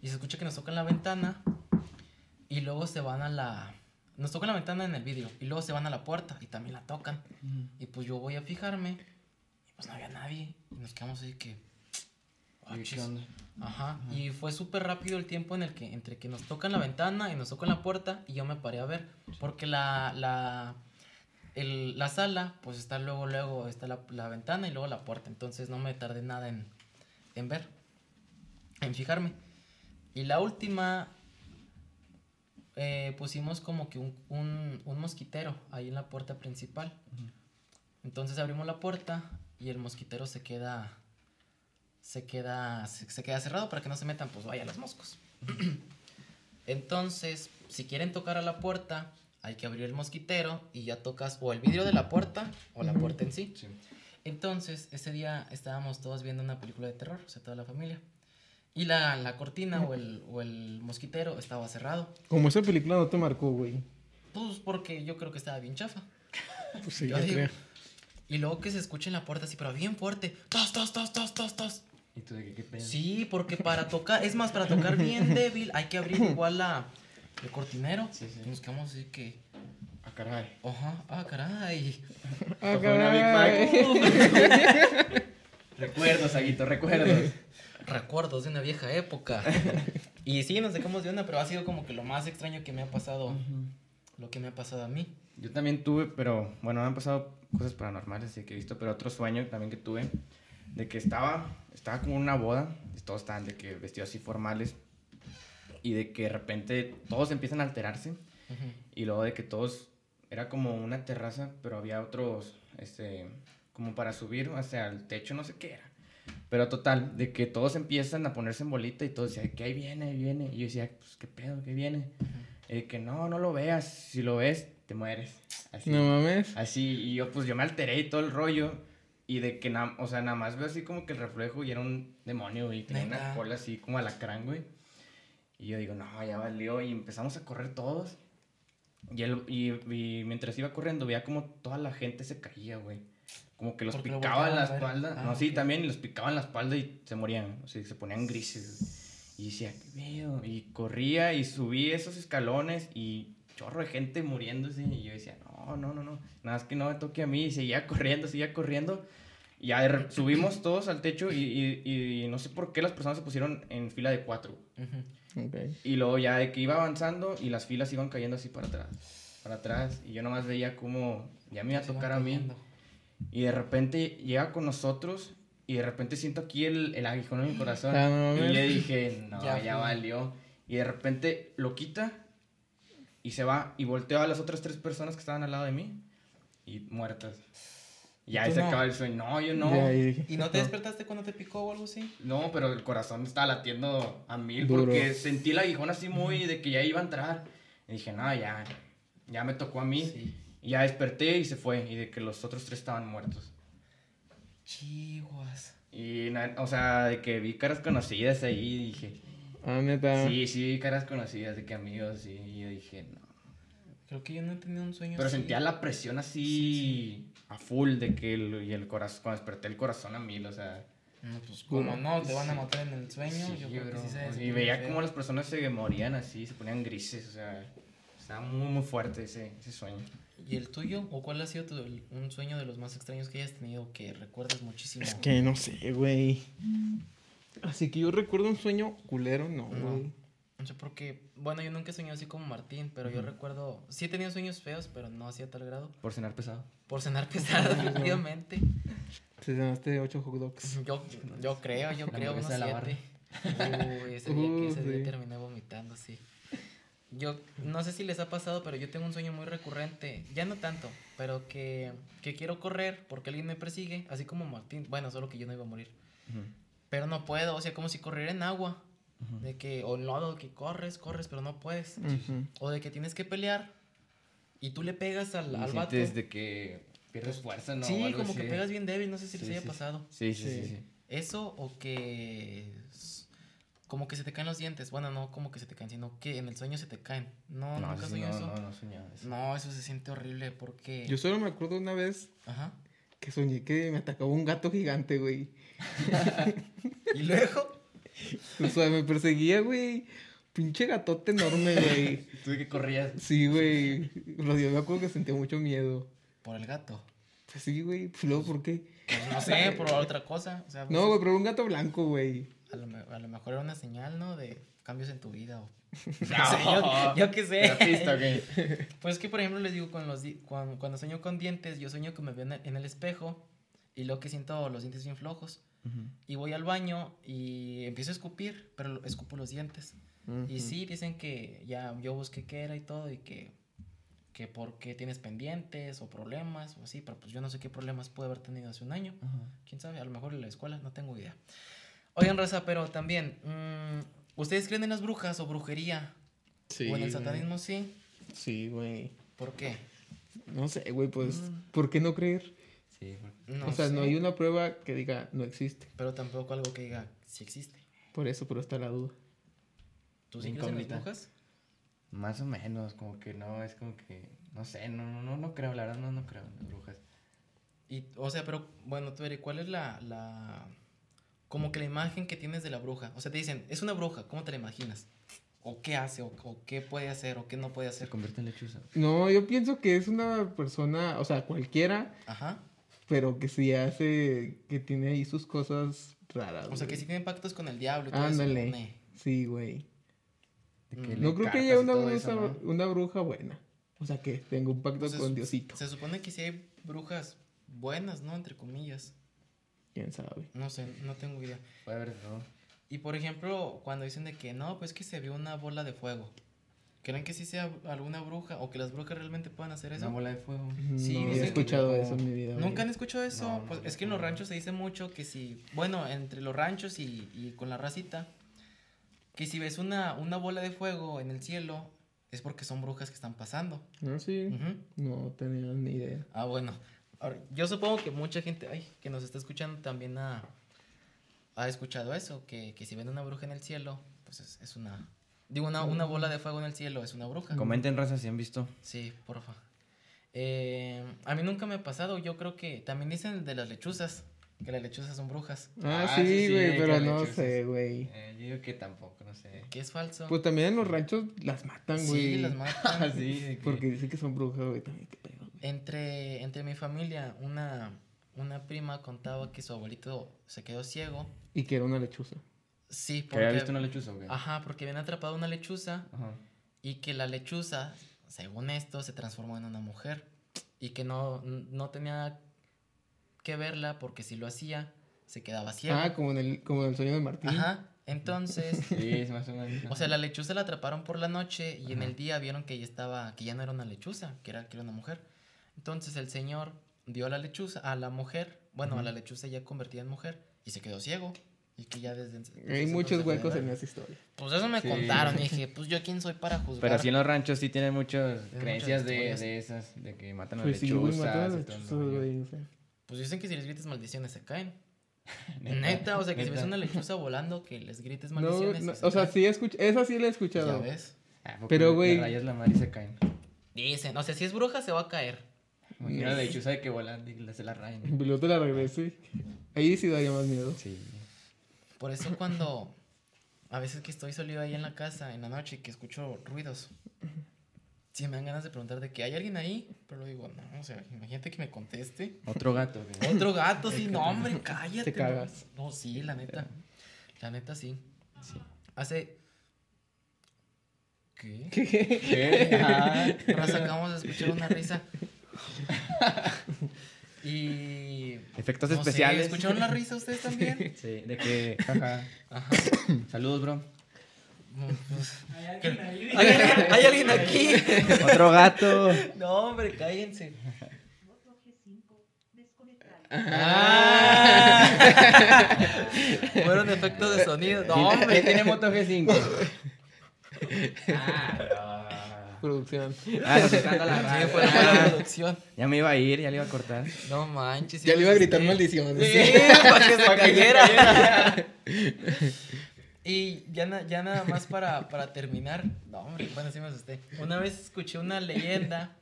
S1: y se escucha que nos tocan la ventana y luego se van a la... Nos tocan la ventana en el vídeo y luego se van a la puerta y también la tocan. Y pues yo voy a fijarme y pues no había nadie. Y nos quedamos así que. "Ah,
S4: ¿Y
S1: chis".
S4: ¿Qué onda?
S1: Ajá. Y fue súper rápido el tiempo en el que, entre que nos tocan la ventana y nos tocan la puerta, y yo me paré a ver. Porque la, la, el- la sala, pues está luego, luego, está la, la ventana y luego la puerta. Entonces no me tardé nada en, en ver, en fijarme. Y la última, eh, pusimos como que un, un, un mosquitero ahí en la puerta principal. Entonces abrimos la puerta y el mosquitero se queda, se queda, se, se queda cerrado para que no se metan, pues vaya los moscos. Entonces, si quieren tocar a la puerta, hay que abrir el mosquitero y ya tocas o el vidrio de la puerta o la puerta en sí.
S4: Sí.
S1: Entonces, ese día estábamos todos viendo una película de terror, o sea, toda la familia. Y la, la cortina o el, o el mosquitero estaba cerrado.
S3: Como esa película no te marcó, güey.
S1: Pues porque yo creo que estaba bien chafa.
S3: Pues sí,
S1: Yo
S3: yo
S1: digo-
S3: creo.
S1: Y luego que se escucha en la puerta así, pero bien fuerte. Tos, tos, tos, tos, tos, tos.
S4: ¿Y tú de qué, qué pedo?
S1: Sí, porque para tocar, es más, para tocar bien débil, hay que abrir igual la, el cortinero.
S4: Sí, sí.
S1: Y nos quedamos así que,
S4: Ah, caray.
S1: ajá, ah, caray.
S3: Ah,
S4: Fue una Big Mac.
S3: caray.
S1: Uh.
S4: Recuerdos, Aguito, recuerdos.
S1: Recuerdos de una vieja época. Y sí, nos sacamos de onda, pero ha sido como que lo más extraño que me ha pasado, lo que me ha pasado a mí.
S2: Yo también tuve, pero bueno, me han pasado cosas paranormales sí, que he visto, pero otro sueño también que tuve, de que estaba, estaba como en una boda, y todos estaban de que vestidos así formales, y de que de repente todos empiezan a alterarse, y luego de que todos, era como una terraza, pero había otros, este, como para subir hacia el techo, no sé qué era. Pero total, de que todos empiezan a ponerse en bolita y todos decían, que ahí viene, ahí viene. Y yo decía, pues qué pedo, que viene. Y de que no, no lo veas, si lo ves, te mueres. Así.
S3: No mames.
S2: Así, y yo pues yo me alteré y todo el rollo. Y de que, na- o sea, nada más veo así como que el reflejo y era un demonio y tenía una
S1: Neta.
S2: cola así como alacrán, güey. Y yo digo, no, ya valió. Y empezamos a correr todos. Y, él, y, y mientras iba corriendo, veía como toda la gente se caía, güey. Como que los
S1: Porque lo
S2: picaban la
S1: volteaban a ver.
S2: espalda.
S1: Ah,
S2: no, sí,
S1: ok.
S2: también los picaban la espalda y se morían. O sea, se ponían grises. güey. Y decía, qué pedo. Y corría y subí esos escalones y chorro de gente muriéndose. Y yo decía, no, no, no, no. Nada más que no me toque a mí. Y seguía corriendo, seguía corriendo. Y ya de re- subimos todos al techo y, y- y no sé por qué las personas se pusieron en fila de cuatro.
S1: Ujú.
S3: Ok.
S2: Y luego ya de que iba avanzando y las filas iban cayendo así para atrás, para atrás. Y yo nomás veía como ya me iba a
S1: Se van
S2: tocar a mí.
S1: cayendo.
S2: Y de repente llega con nosotros y de repente siento aquí el, el aguijón en mi corazón.
S3: Ah, no
S2: y
S3: mames.
S2: le dije, no,
S1: Ya
S2: ya,
S1: fue.
S2: valió. Y de repente lo quita y se va y voltea a las otras tres personas que estaban al lado de mí y muertas. Y ahí
S1: tú
S2: se
S1: no?
S2: acaba el sueño. No, yo no.
S3: Ya, y dije,
S1: ¿Y no te despertaste cuando te picó o algo así?
S2: No, pero el corazón estaba latiendo a mil
S3: Duro.
S2: porque sentí el aguijón así muy de que ya iba a entrar. Y dije, no, ya, ya me tocó a mí. Y ya desperté y se fue. Y de que los otros tres estaban muertos.
S1: Chihuas.
S2: Y, na- o sea, de que vi caras conocidas ahí y dije,
S3: Ah, neta.
S2: sí, sí, vi caras conocidas, de que amigos, sí. Y yo dije, no.
S1: Creo que yo no he tenido un sueño
S2: Pero
S1: así.
S2: sentía la presión así a full de que el, y el corazón, cuando desperté el corazón a mil, o sea.
S1: No, pues como no, te van a matar en el sueño.
S2: Sí,
S1: yo creo que
S2: bro.
S1: sí se debe
S2: y
S1: sentir
S2: veía
S1: feo.
S2: como las personas se morían así, se ponían grises, o sea, estaba muy, muy fuerte ese, ese sueño.
S1: ¿Y el tuyo? ¿O cuál ha sido tu- el- un sueño de los más extraños que hayas tenido que recuerdas muchísimo?
S3: Es que no sé, güey. Así que yo recuerdo un sueño culero, no,
S1: No.
S3: güey.
S1: No sé por qué. Bueno, yo nunca he soñado así como Martín, pero yo recuerdo. Sí he tenido sueños feos, pero no así a tal grado.
S2: Por cenar pesado.
S1: Por cenar pesado, obviamente.
S3: Te cenaste ocho hot dogs.
S1: Yo, yo creo, yo
S4: La
S1: creo unos
S4: hamburguesa de la barra.
S1: siete. Uy, ese día, que- ese
S3: Uh,
S1: día
S3: sí.
S1: terminé vomitando, sí. Yo no sé si les ha pasado, pero yo tengo un sueño muy recurrente, ya no tanto, pero que, que quiero correr porque alguien me persigue, así como Martín. Bueno, solo que yo no iba a morir. Pero no puedo, o sea, como si corriera en agua. De que, o en lodo, que corres, corres, pero no puedes.
S3: Ujú.
S1: O de que tienes que pelear y tú le pegas al, al vato.
S2: Desde que pierdes fuerza, ¿no? O
S1: sí,
S2: algo
S1: como que
S2: así.
S1: pegas bien débil, no sé si les
S2: Sí,
S1: haya
S2: sí, sí.
S1: pasado.
S2: Sí, sí, sí.
S3: Sí.
S2: sí.
S1: Eso o que s- como que se te caen los dientes. Bueno, no como que se te caen, sino que en el sueño se te caen. No, nunca
S2: sí,
S1: soñó
S2: no,
S1: eso.
S2: no,
S1: No,
S2: no soñaba eso.
S1: eso se siente horrible porque
S3: Yo solo me acuerdo una vez
S1: ajá.
S3: que soñé que me atacaba un gato gigante, güey.
S1: Y luego
S3: O sea, me perseguía, güey. Pinche gatote enorme, güey.
S2: Tú de que corrías.
S3: Sí, güey. Pero yo me acuerdo que sentía mucho miedo.
S1: por el gato.
S3: Pues sí, güey. Pues luego, ¿por qué?
S1: Pues no sé, por otra cosa, o sea,
S3: No,
S1: pues,
S3: güey, pero era un gato blanco, güey.
S1: a lo, me- a lo mejor era una señal, ¿no? De cambios en tu vida o no sé, yo, yo qué sé.
S2: La pista, ok.
S1: Pues que, por ejemplo, les digo, con los di- cuan- cuando, sueño con dientes, yo sueño que me veo en el, en el espejo y luego que siento los dientes bien flojos. Y voy al baño y empiezo a escupir, pero lo- escupo los dientes. Y sí, dicen que ya yo busqué qué era y todo y que, que por qué tienes pendientes o problemas o así, pero pues yo no sé qué problemas pude haber tenido hace un año. ¿Quién sabe? A lo mejor en la escuela, no tengo idea. Oigan, Raza, pero también, mm, ¿ustedes creen en las brujas o brujería?
S3: Sí.
S1: ¿O en el
S3: güey.
S1: satanismo sí?
S3: Sí, güey.
S1: ¿Por qué?
S3: No sé, güey, pues, ¿por qué no creer?
S4: Sí, porque-
S1: Mm. No
S3: o sea, no
S1: sé,
S3: hay una prueba que diga no existe.
S1: Pero tampoco algo que diga si existe.
S3: Por eso, pero está la duda.
S1: ¿Tú sí crees en las
S4: Incógnita.
S1: brujas?
S4: Más o menos, como que no, es como que, no sé, no, no, no, no creo, la verdad no, no creo en las brujas.
S1: Y, o sea, pero bueno, tú eres, ¿cuál es la, la. como que la imagen que tienes de la bruja? O sea, te dicen, es una bruja, ¿cómo te la imaginas? ¿O qué hace? ¿O, o qué puede hacer? ¿O qué no puede
S4: Se
S1: hacer?
S4: convierte en lechuza.
S3: No, yo pienso que es una persona, o sea, cualquiera,
S1: Ajá.
S3: pero que sí hace, que tiene ahí sus cosas raras.
S1: O sea, que
S3: güey.
S1: sí tienen pactos con el diablo y todo eso,
S3: Ándale.
S1: ne.
S3: Sí, güey.
S4: De
S1: Mm.
S4: le
S3: No creo que
S4: encartas
S3: haya
S4: y
S3: una
S4: todo
S3: bruja,
S4: eso, ¿no?
S3: una bruja buena. O sea, que tenga un pacto
S1: Pues es-
S3: con Diosito.
S1: Se supone que sí hay brujas buenas, ¿no? Entre comillas.
S3: Quién sabe.
S1: No sé, no tengo idea.
S4: Puede haber, de todo.
S1: Y por ejemplo, cuando dicen de que no, pues que se vio una bola de fuego. ¿Creen que sí sea alguna bruja o que las brujas realmente puedan hacer eso?
S4: Una bola de fuego.
S1: Sí,
S3: no
S1: dicen
S3: había
S1: que
S3: escuchado
S4: como-
S3: eso en mi vida. güey.
S1: ¿Nunca han escuchado eso?
S4: No, no,
S1: pues
S4: no,
S1: es que en los
S4: no.
S1: ranchos se dice mucho que si, bueno, entre los ranchos y, y con la racita, que si ves una, una bola de fuego en el cielo, es porque son brujas que están pasando.
S3: No, sí.
S1: Ujú.
S3: No tenía ni idea.
S1: Ah, bueno. Ahora, yo supongo que mucha gente ay, que nos está escuchando también ha, ha escuchado eso, que, que si ven una bruja en el cielo, pues es, es una... Digo, una, una bola de fuego en el cielo es una bruja.
S2: Comenten, raza, si han visto.
S1: Sí, porfa. Eh, a mí nunca me ha pasado, yo creo que también dicen de las lechuzas, que las lechuzas son brujas,
S3: Ah,
S4: Ah, sí,
S3: sí,
S4: sí,
S3: güey,
S4: hay
S3: pero no
S4: calechuzas.
S3: sé, güey.
S4: Eh, yo digo que tampoco, no sé.
S1: que es falso.
S3: Pues también en los ranchos las matan,
S1: sí,
S3: güey.
S1: las matan.
S4: Así, de que-
S3: Porque dicen que son brujas, güey. También, qué pedo. güey.
S1: Entre, entre mi familia, una, una prima contaba que su abuelito se quedó ciego.
S3: Y que era una lechuza.
S1: Sí,
S4: ¿Que había
S1: porque...
S4: visto una lechuza o qué?
S1: Ajá, porque habían atrapado una lechuza
S4: Ajá.
S1: y que la lechuza, según esto, se transformó en una mujer y que no, no tenía que verla porque si lo hacía, se quedaba ciego.
S3: Ah, como en el, como en el sueño de Martín.
S1: Ajá, entonces,
S4: Sí, es más o menos.
S1: o sea, la lechuza la atraparon por la noche y en
S4: Ajá.
S1: el día vieron que ya estaba, que ya no era una lechuza, que era, que era una mujer. Entonces el señor dio a la lechuza, a la mujer, bueno, a la lechuza ya convertida en mujer y se quedó ciego. Y que ya desde ence- desde
S3: Hay
S1: ese
S3: muchos
S1: entonces fue de
S3: huecos
S1: edad.
S3: en esa historia.
S1: Pues eso me
S4: Sí.
S1: contaron y dije, pues yo quién soy para juzgar.
S2: Pero sí en los ranchos sí tienen muchas
S1: muchas
S2: creencias de,
S1: historias.
S2: de esas, de que matan a
S3: Pues sí, güey, mataron
S2: lechuzas y
S3: a las
S2: todo el
S3: lechuzas,
S2: rollo.
S3: güey. O sea.
S1: Pues dicen que si les grites maldiciones se caen. Neta, o sea, que si ves
S4: neta.
S1: una lechuza volando, que les grites
S3: No,
S1: maldiciones.
S3: no,
S1: y se
S3: o sea,
S1: caen.
S3: sí, escuch- esa sí la he
S1: Ya
S3: escuchado.
S1: ves.
S4: Ah, porque le-
S3: Pero,
S4: le
S3: güey-
S4: Rayas la madre y se caen.
S1: Dicen, o sea, si es bruja se va a caer.
S4: Imagina la lechuza de que volan y la- se la rayan.
S3: Yo te la regresé. Ahí sí daría más miedo.
S4: Sí.
S1: Por eso cuando a veces que estoy solido ahí en la casa en la noche y que escucho ruidos, sí me dan ganas de preguntar de que hay alguien ahí, pero digo, no, o sea, imagínate que me conteste.
S4: Otro gato. güey.
S1: Otro gato, sí, no, hombre, cállate.
S3: Te cagas.
S1: No, No, sí, la neta. La neta, sí.
S4: Sí.
S1: Hace... ¿Qué?
S4: ¿Qué? Ah,
S1: Raza, acabamos de escuchar una risa. Y.
S2: Efectos
S1: no sé,
S2: especiales.
S1: ¿Escucharon la risa ustedes también?
S4: sí, de que. Ajá.
S1: Ajá.
S4: Saludos, bro.
S1: pues, ¿Hay, alguien, hay alguien aquí?
S2: Otro gato.
S1: No, hombre, cállense. Ah. Fueron efectos de sonido. No,
S4: Ahí
S1: hombre.
S4: tiene Moto G5.
S3: Producción.
S2: Ah, nos están dando la
S1: Ah, Sí,
S2: raya.
S1: fue fue la producción.
S2: Ya me iba a ir, ya le iba a cortar.
S1: No manches. sí
S3: Ya le iba a
S1: me
S3: gritar
S1: asusté.
S3: maldiciones.
S1: Sí, para que se cayera. y ya, na- ya nada más para, para terminar. No, hombre, bueno, sí me asusté. Una vez escuché una leyenda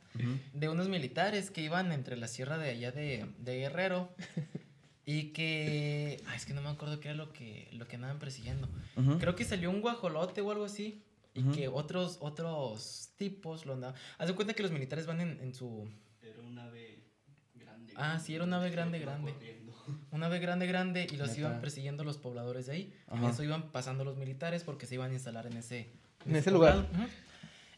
S1: de unos militares que iban entre la sierra de allá de, de Guerrero y que. Ay, es que no me acuerdo qué era lo que, lo que andaban persiguiendo.
S2: Ujú.
S1: Creo que salió un guajolote o algo así. Y
S2: Ujú.
S1: que otros, otros tipos lo andaban. Haz de cuenta que los militares van en, en su. Ah, sí, era un ave grande, grande. Un ave grande, grande y los
S4: Neta.
S1: iban persiguiendo los pobladores de ahí. En
S2: Ajá.
S1: eso iban pasando los militares porque se iban a instalar en ese,
S3: En ese lugar.
S1: poblado. Ujú.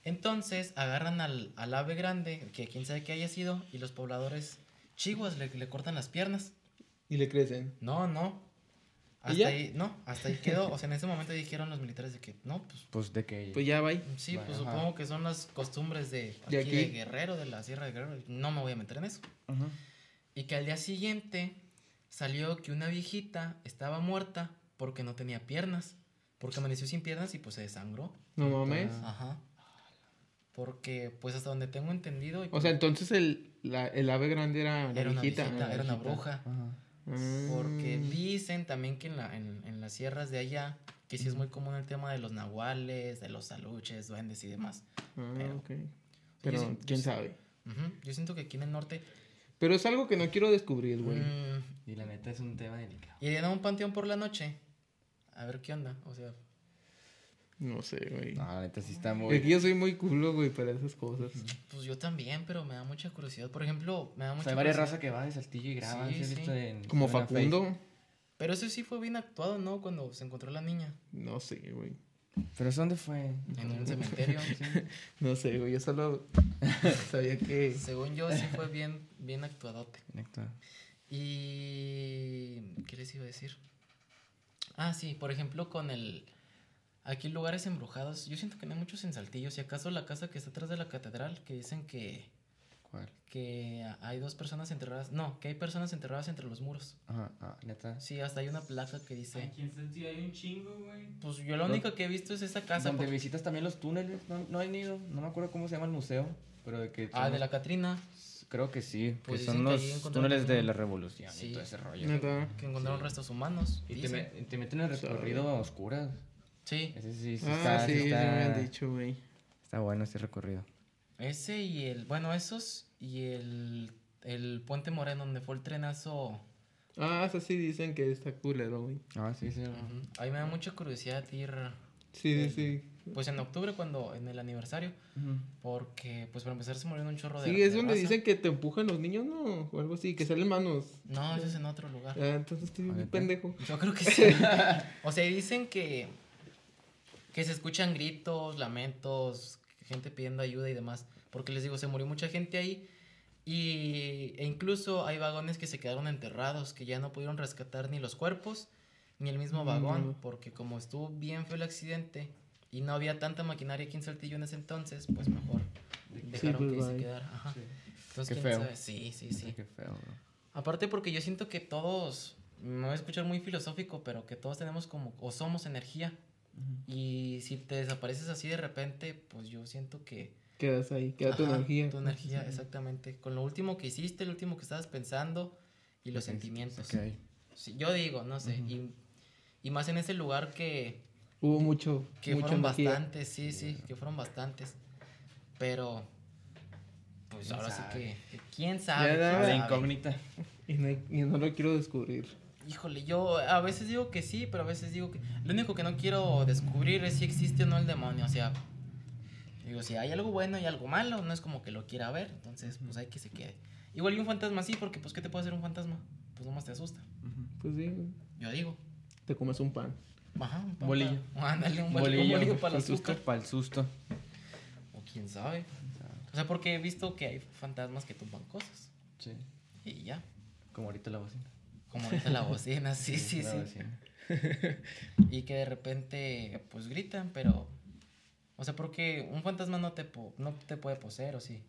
S1: Entonces agarran al, al ave grande, que quién sabe qué haya sido, y los pobladores chihuas le, le cortan las piernas.
S3: Y le crecen.
S1: No, no. Hasta
S3: ya?
S1: ahí, no, hasta ahí quedó. O sea, en ese momento dijeron los militares de que, no, pues
S4: Pues de que.
S2: Pues ya, bye.
S1: sí, pues
S4: Ajá.
S1: supongo que son las costumbres de aquí,
S3: De
S1: de
S3: aquí.
S1: Guerrero, de la Sierra de Guerrero. No me voy a meter en eso.
S4: Ajá.
S1: Y que al día siguiente salió que una viejita estaba muerta porque no tenía piernas. Porque amaneció sin piernas y pues se desangró.
S3: No mames.
S1: Ajá. Porque, pues hasta donde tengo entendido. y
S3: O sea, entonces el, la- el ave grande era la
S1: era una
S3: viejita.
S1: viejita, era una bruja.
S4: Ajá.
S1: Porque
S3: Mm.
S1: dicen también que en, la- en- en las sierras de allá, que sí es muy común el tema de los nahuales, de los saluches, duendes y demás.
S3: Ah,
S1: pero-
S3: ok. Pero
S1: siento-
S3: quién
S1: yo-
S3: sabe.
S1: Ujú, Yo siento que aquí en el norte...
S3: Pero es algo que no quiero descubrir, güey.
S1: mm,
S4: Y la neta es un tema delicado.
S1: y ir a un panteón por la noche, a ver qué onda. O sea,
S3: No sé, güey.
S1: Ah,
S4: No, la neta sí está
S3: Es que
S4: muy.
S3: yo soy muy culo, güey, para esas cosas.
S1: pues yo también, pero me da mucha curiosidad. Por ejemplo, me da
S4: O
S1: mucha
S4: sea, hay varias
S1: curiosidad-
S4: razas que van de Saltillo y graban.
S1: Sí,
S4: ¿sí has
S1: sí.
S4: visto en-
S3: Como
S4: en la Face?
S3: Facundo.
S1: Pero eso sí fue bien actuado, ¿no? Cuando se encontró la niña
S3: No sé, güey.
S4: Pero ¿eso ¿dónde fue?
S1: en un cementerio.
S3: No sé, güey. Yo solo sabía que.
S1: Según yo, sí fue bien, bien actuadote.
S4: Conectado.
S1: Y. ¿Qué les iba a decir? Ah, sí, por ejemplo, con el. Aquí lugares embrujados. Yo siento que no hay muchos en Saltillo. Si acaso la casa que está atrás de la catedral, que dicen que.
S4: ¿Cuál?
S1: Que a- hay dos personas enterradas. No, que hay personas enterradas entre los muros.
S4: Ajá, ah, neta.
S1: Sí, hasta hay una placa que dice.
S2: Aquí en Saltillo hay un chingo, güey.
S1: Pues yo lo único que he visto es esa casa.
S4: Donde
S1: por-
S4: visitas también los túneles. No, no han ido. No me acuerdo cómo se llama el museo. Pero de que. son
S1: Ah, de
S4: los-
S1: la Catrina.
S4: Creo que sí.
S1: Pues
S4: que
S1: dicen
S4: son
S1: que ahí
S4: los
S1: encontraron
S4: túneles de
S1: también.
S4: la revolución
S1: Sí.
S4: y todo ese rollo.
S3: Neta. Ah,
S1: Que encontraron restos humanos.
S4: Y te,
S1: dicen.
S4: me- y te meten en el recorrido a oscuras.
S1: Sí.
S4: Ese sí, sí está,
S3: Ah,
S4: sí
S3: sí, sí me
S4: está-
S3: han dicho, güey.
S4: está bueno ese recorrido.
S1: Ese y el. Bueno, esos. Y el. El puente moreno donde fue el trenazo.
S3: Ah, eso sí dicen que está culero, güey.
S4: Ah, sí, sí.
S1: Ujú. A mí me da mucha curiosidad ir,
S3: Sí, sí, sí.
S1: pues en octubre cuando, en el aniversario, porque pues para empezar se murieron un chorro de
S3: Sí,
S1: de
S3: es donde
S1: raza.
S3: dicen que te empujan los niños, ¿no? O algo así, que salen manos.
S1: No, eso es en otro lugar.
S3: Ah, entonces estoy
S4: ¿Ah,
S3: un
S4: neta?
S3: pendejo.
S1: Yo creo que sí. O sea, dicen que, que se escuchan gritos, lamentos, gente pidiendo ayuda y demás, porque les digo, se murió mucha gente ahí. Y, e incluso hay vagones que se quedaron enterrados, que ya no pudieron rescatar ni los cuerpos, ni el mismo vagón,
S3: No.
S1: porque como estuvo bien feo el accidente y no había tanta maquinaria aquí en Saltillo en ese entonces, pues mejor dejaron
S3: pues,
S1: que se
S3: bye.
S1: quedara. Ajá. Entonces,
S4: Qué
S1: quién
S4: feo.
S1: sabe. Sí, sí, sí.
S4: Qué feo, bro.
S1: Aparte porque yo siento que todos, me voy a escuchar muy filosófico, pero que todos tenemos como, o somos energía. Y si te desapareces así de repente, pues yo siento que...
S3: Quedas ahí, queda tu
S1: Ajá,
S3: energía.
S1: Tu energía,
S3: Sí.
S1: exactamente. Con lo último que hiciste, lo último que estabas pensando y los
S4: Ok,
S1: sentimientos.
S4: ok.
S1: Sí, yo digo, no sé. y- y, más en ese lugar que,
S3: Hubo mucho.
S1: que
S3: mucha
S1: fueron
S3: energía.
S1: bastantes, sí, sí, que fueron bastantes. Pero... Pues
S4: ¿Quién
S1: ahora sí
S4: sabe?
S1: que, que ¿Quién sabe?
S3: da
S1: quién
S4: La
S3: la
S1: sabe.
S4: incógnita.
S3: Y no, hay- y no lo quiero descubrir.
S1: Híjole, yo a veces digo que sí, pero a veces digo que... Lo único que no quiero descubrir es si existe o no el demonio, o sea... Digo, si hay algo bueno y algo malo, no es como que lo quiera ver, entonces pues hay que se quede. Igual y un fantasma sí, porque pues ¿qué te puede hacer un fantasma? Pues nomás te asusta,
S3: Pues sí, güey.
S1: yo digo.
S3: te comes un pan.
S1: Ajá, un pan
S4: Bolillo.
S1: para- Ándale, un bolillo, un bolillo para el susto.
S4: Para el susto.
S1: O quién sabe. O sea, porque he visto que hay fantasmas que tumban cosas.
S4: Sí.
S1: Y ya,
S4: Como ahorita la bocina.
S1: como dice la bocina, sí, sí,
S4: La
S1: sí.
S4: bocina.
S1: y que de repente pues gritan, pero o sea, porque un fantasma no te po- no te puede poseer o sí.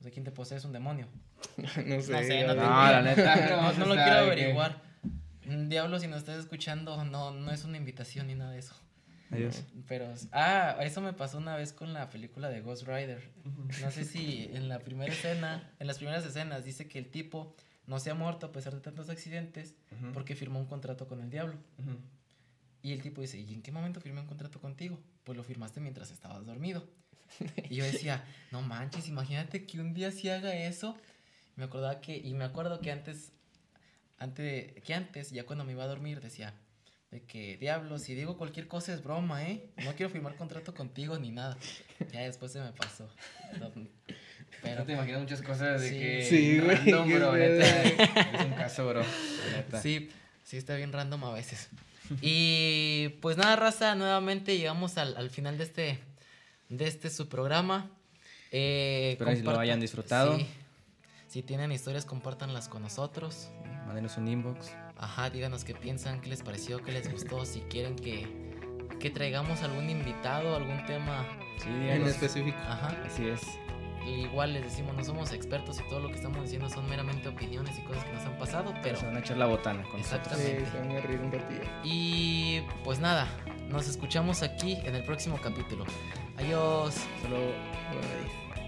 S1: O sea, quién te posee es un demonio.
S3: no sé.
S1: No sé,
S4: No,
S1: no te-
S4: la neta.
S1: No,
S4: se
S1: no lo
S4: sabe
S1: quiero
S4: qué.
S1: averiguar. Mm, Diablo, si nos estás escuchando, no no es una invitación ni nada de eso.
S4: Adiós.
S1: Pero ah, eso me pasó una vez con la película de Ghost Rider. No sé si en la primera escena, en las primeras escenas dice que el tipo no se ha muerto a pesar de tantos accidentes porque firmó un contrato con el diablo.
S4: Ujú.
S1: Y el tipo dice, ¿y en qué momento firmé un contrato contigo? Pues lo firmaste mientras estabas dormido. Y yo decía, no manches, imagínate que un día sí haga eso. Me acordaba que, y me acuerdo que antes, antes, que antes, ya cuando me iba a dormir, decía, de que, diablo, si digo cualquier cosa es broma, ¿eh? No quiero firmar contrato contigo ni nada. Ya después se me pasó.
S4: No
S1: Pero,
S4: te imaginas muchas cosas de
S1: Sí.
S4: que.
S3: Sí, güey,
S4: random,
S3: qué
S4: bro,
S3: pedo.
S4: neta. Es un caso, bro. la neta.
S1: Sí, sí está bien random a veces. Y pues nada, raza, nuevamente llegamos al, al final de este, de este su programa. Eh,
S4: Espero que lo
S1: compartan-
S4: hayan disfrutado.
S1: Sí. Si tienen historias, compártanlas con nosotros.
S4: Mándenos un inbox.
S1: Ajá, díganos qué piensan, qué les pareció, qué les gustó, si quieren que, que traigamos algún invitado, algún tema.
S2: Sí,
S3: En
S2: díganos.
S3: específico.
S1: Ajá.
S2: Así es.
S1: Igual les decimos, no somos expertos y todo lo que estamos diciendo son meramente opiniones y cosas que nos han pasado, pero...
S2: Se van a echar la botana con nosotros.
S3: Sí,
S1: Exactamente.
S3: se van a reír un ratillo.
S1: Y pues nada, nos escuchamos aquí en el próximo capítulo. Adiós.
S3: Solo. Bye.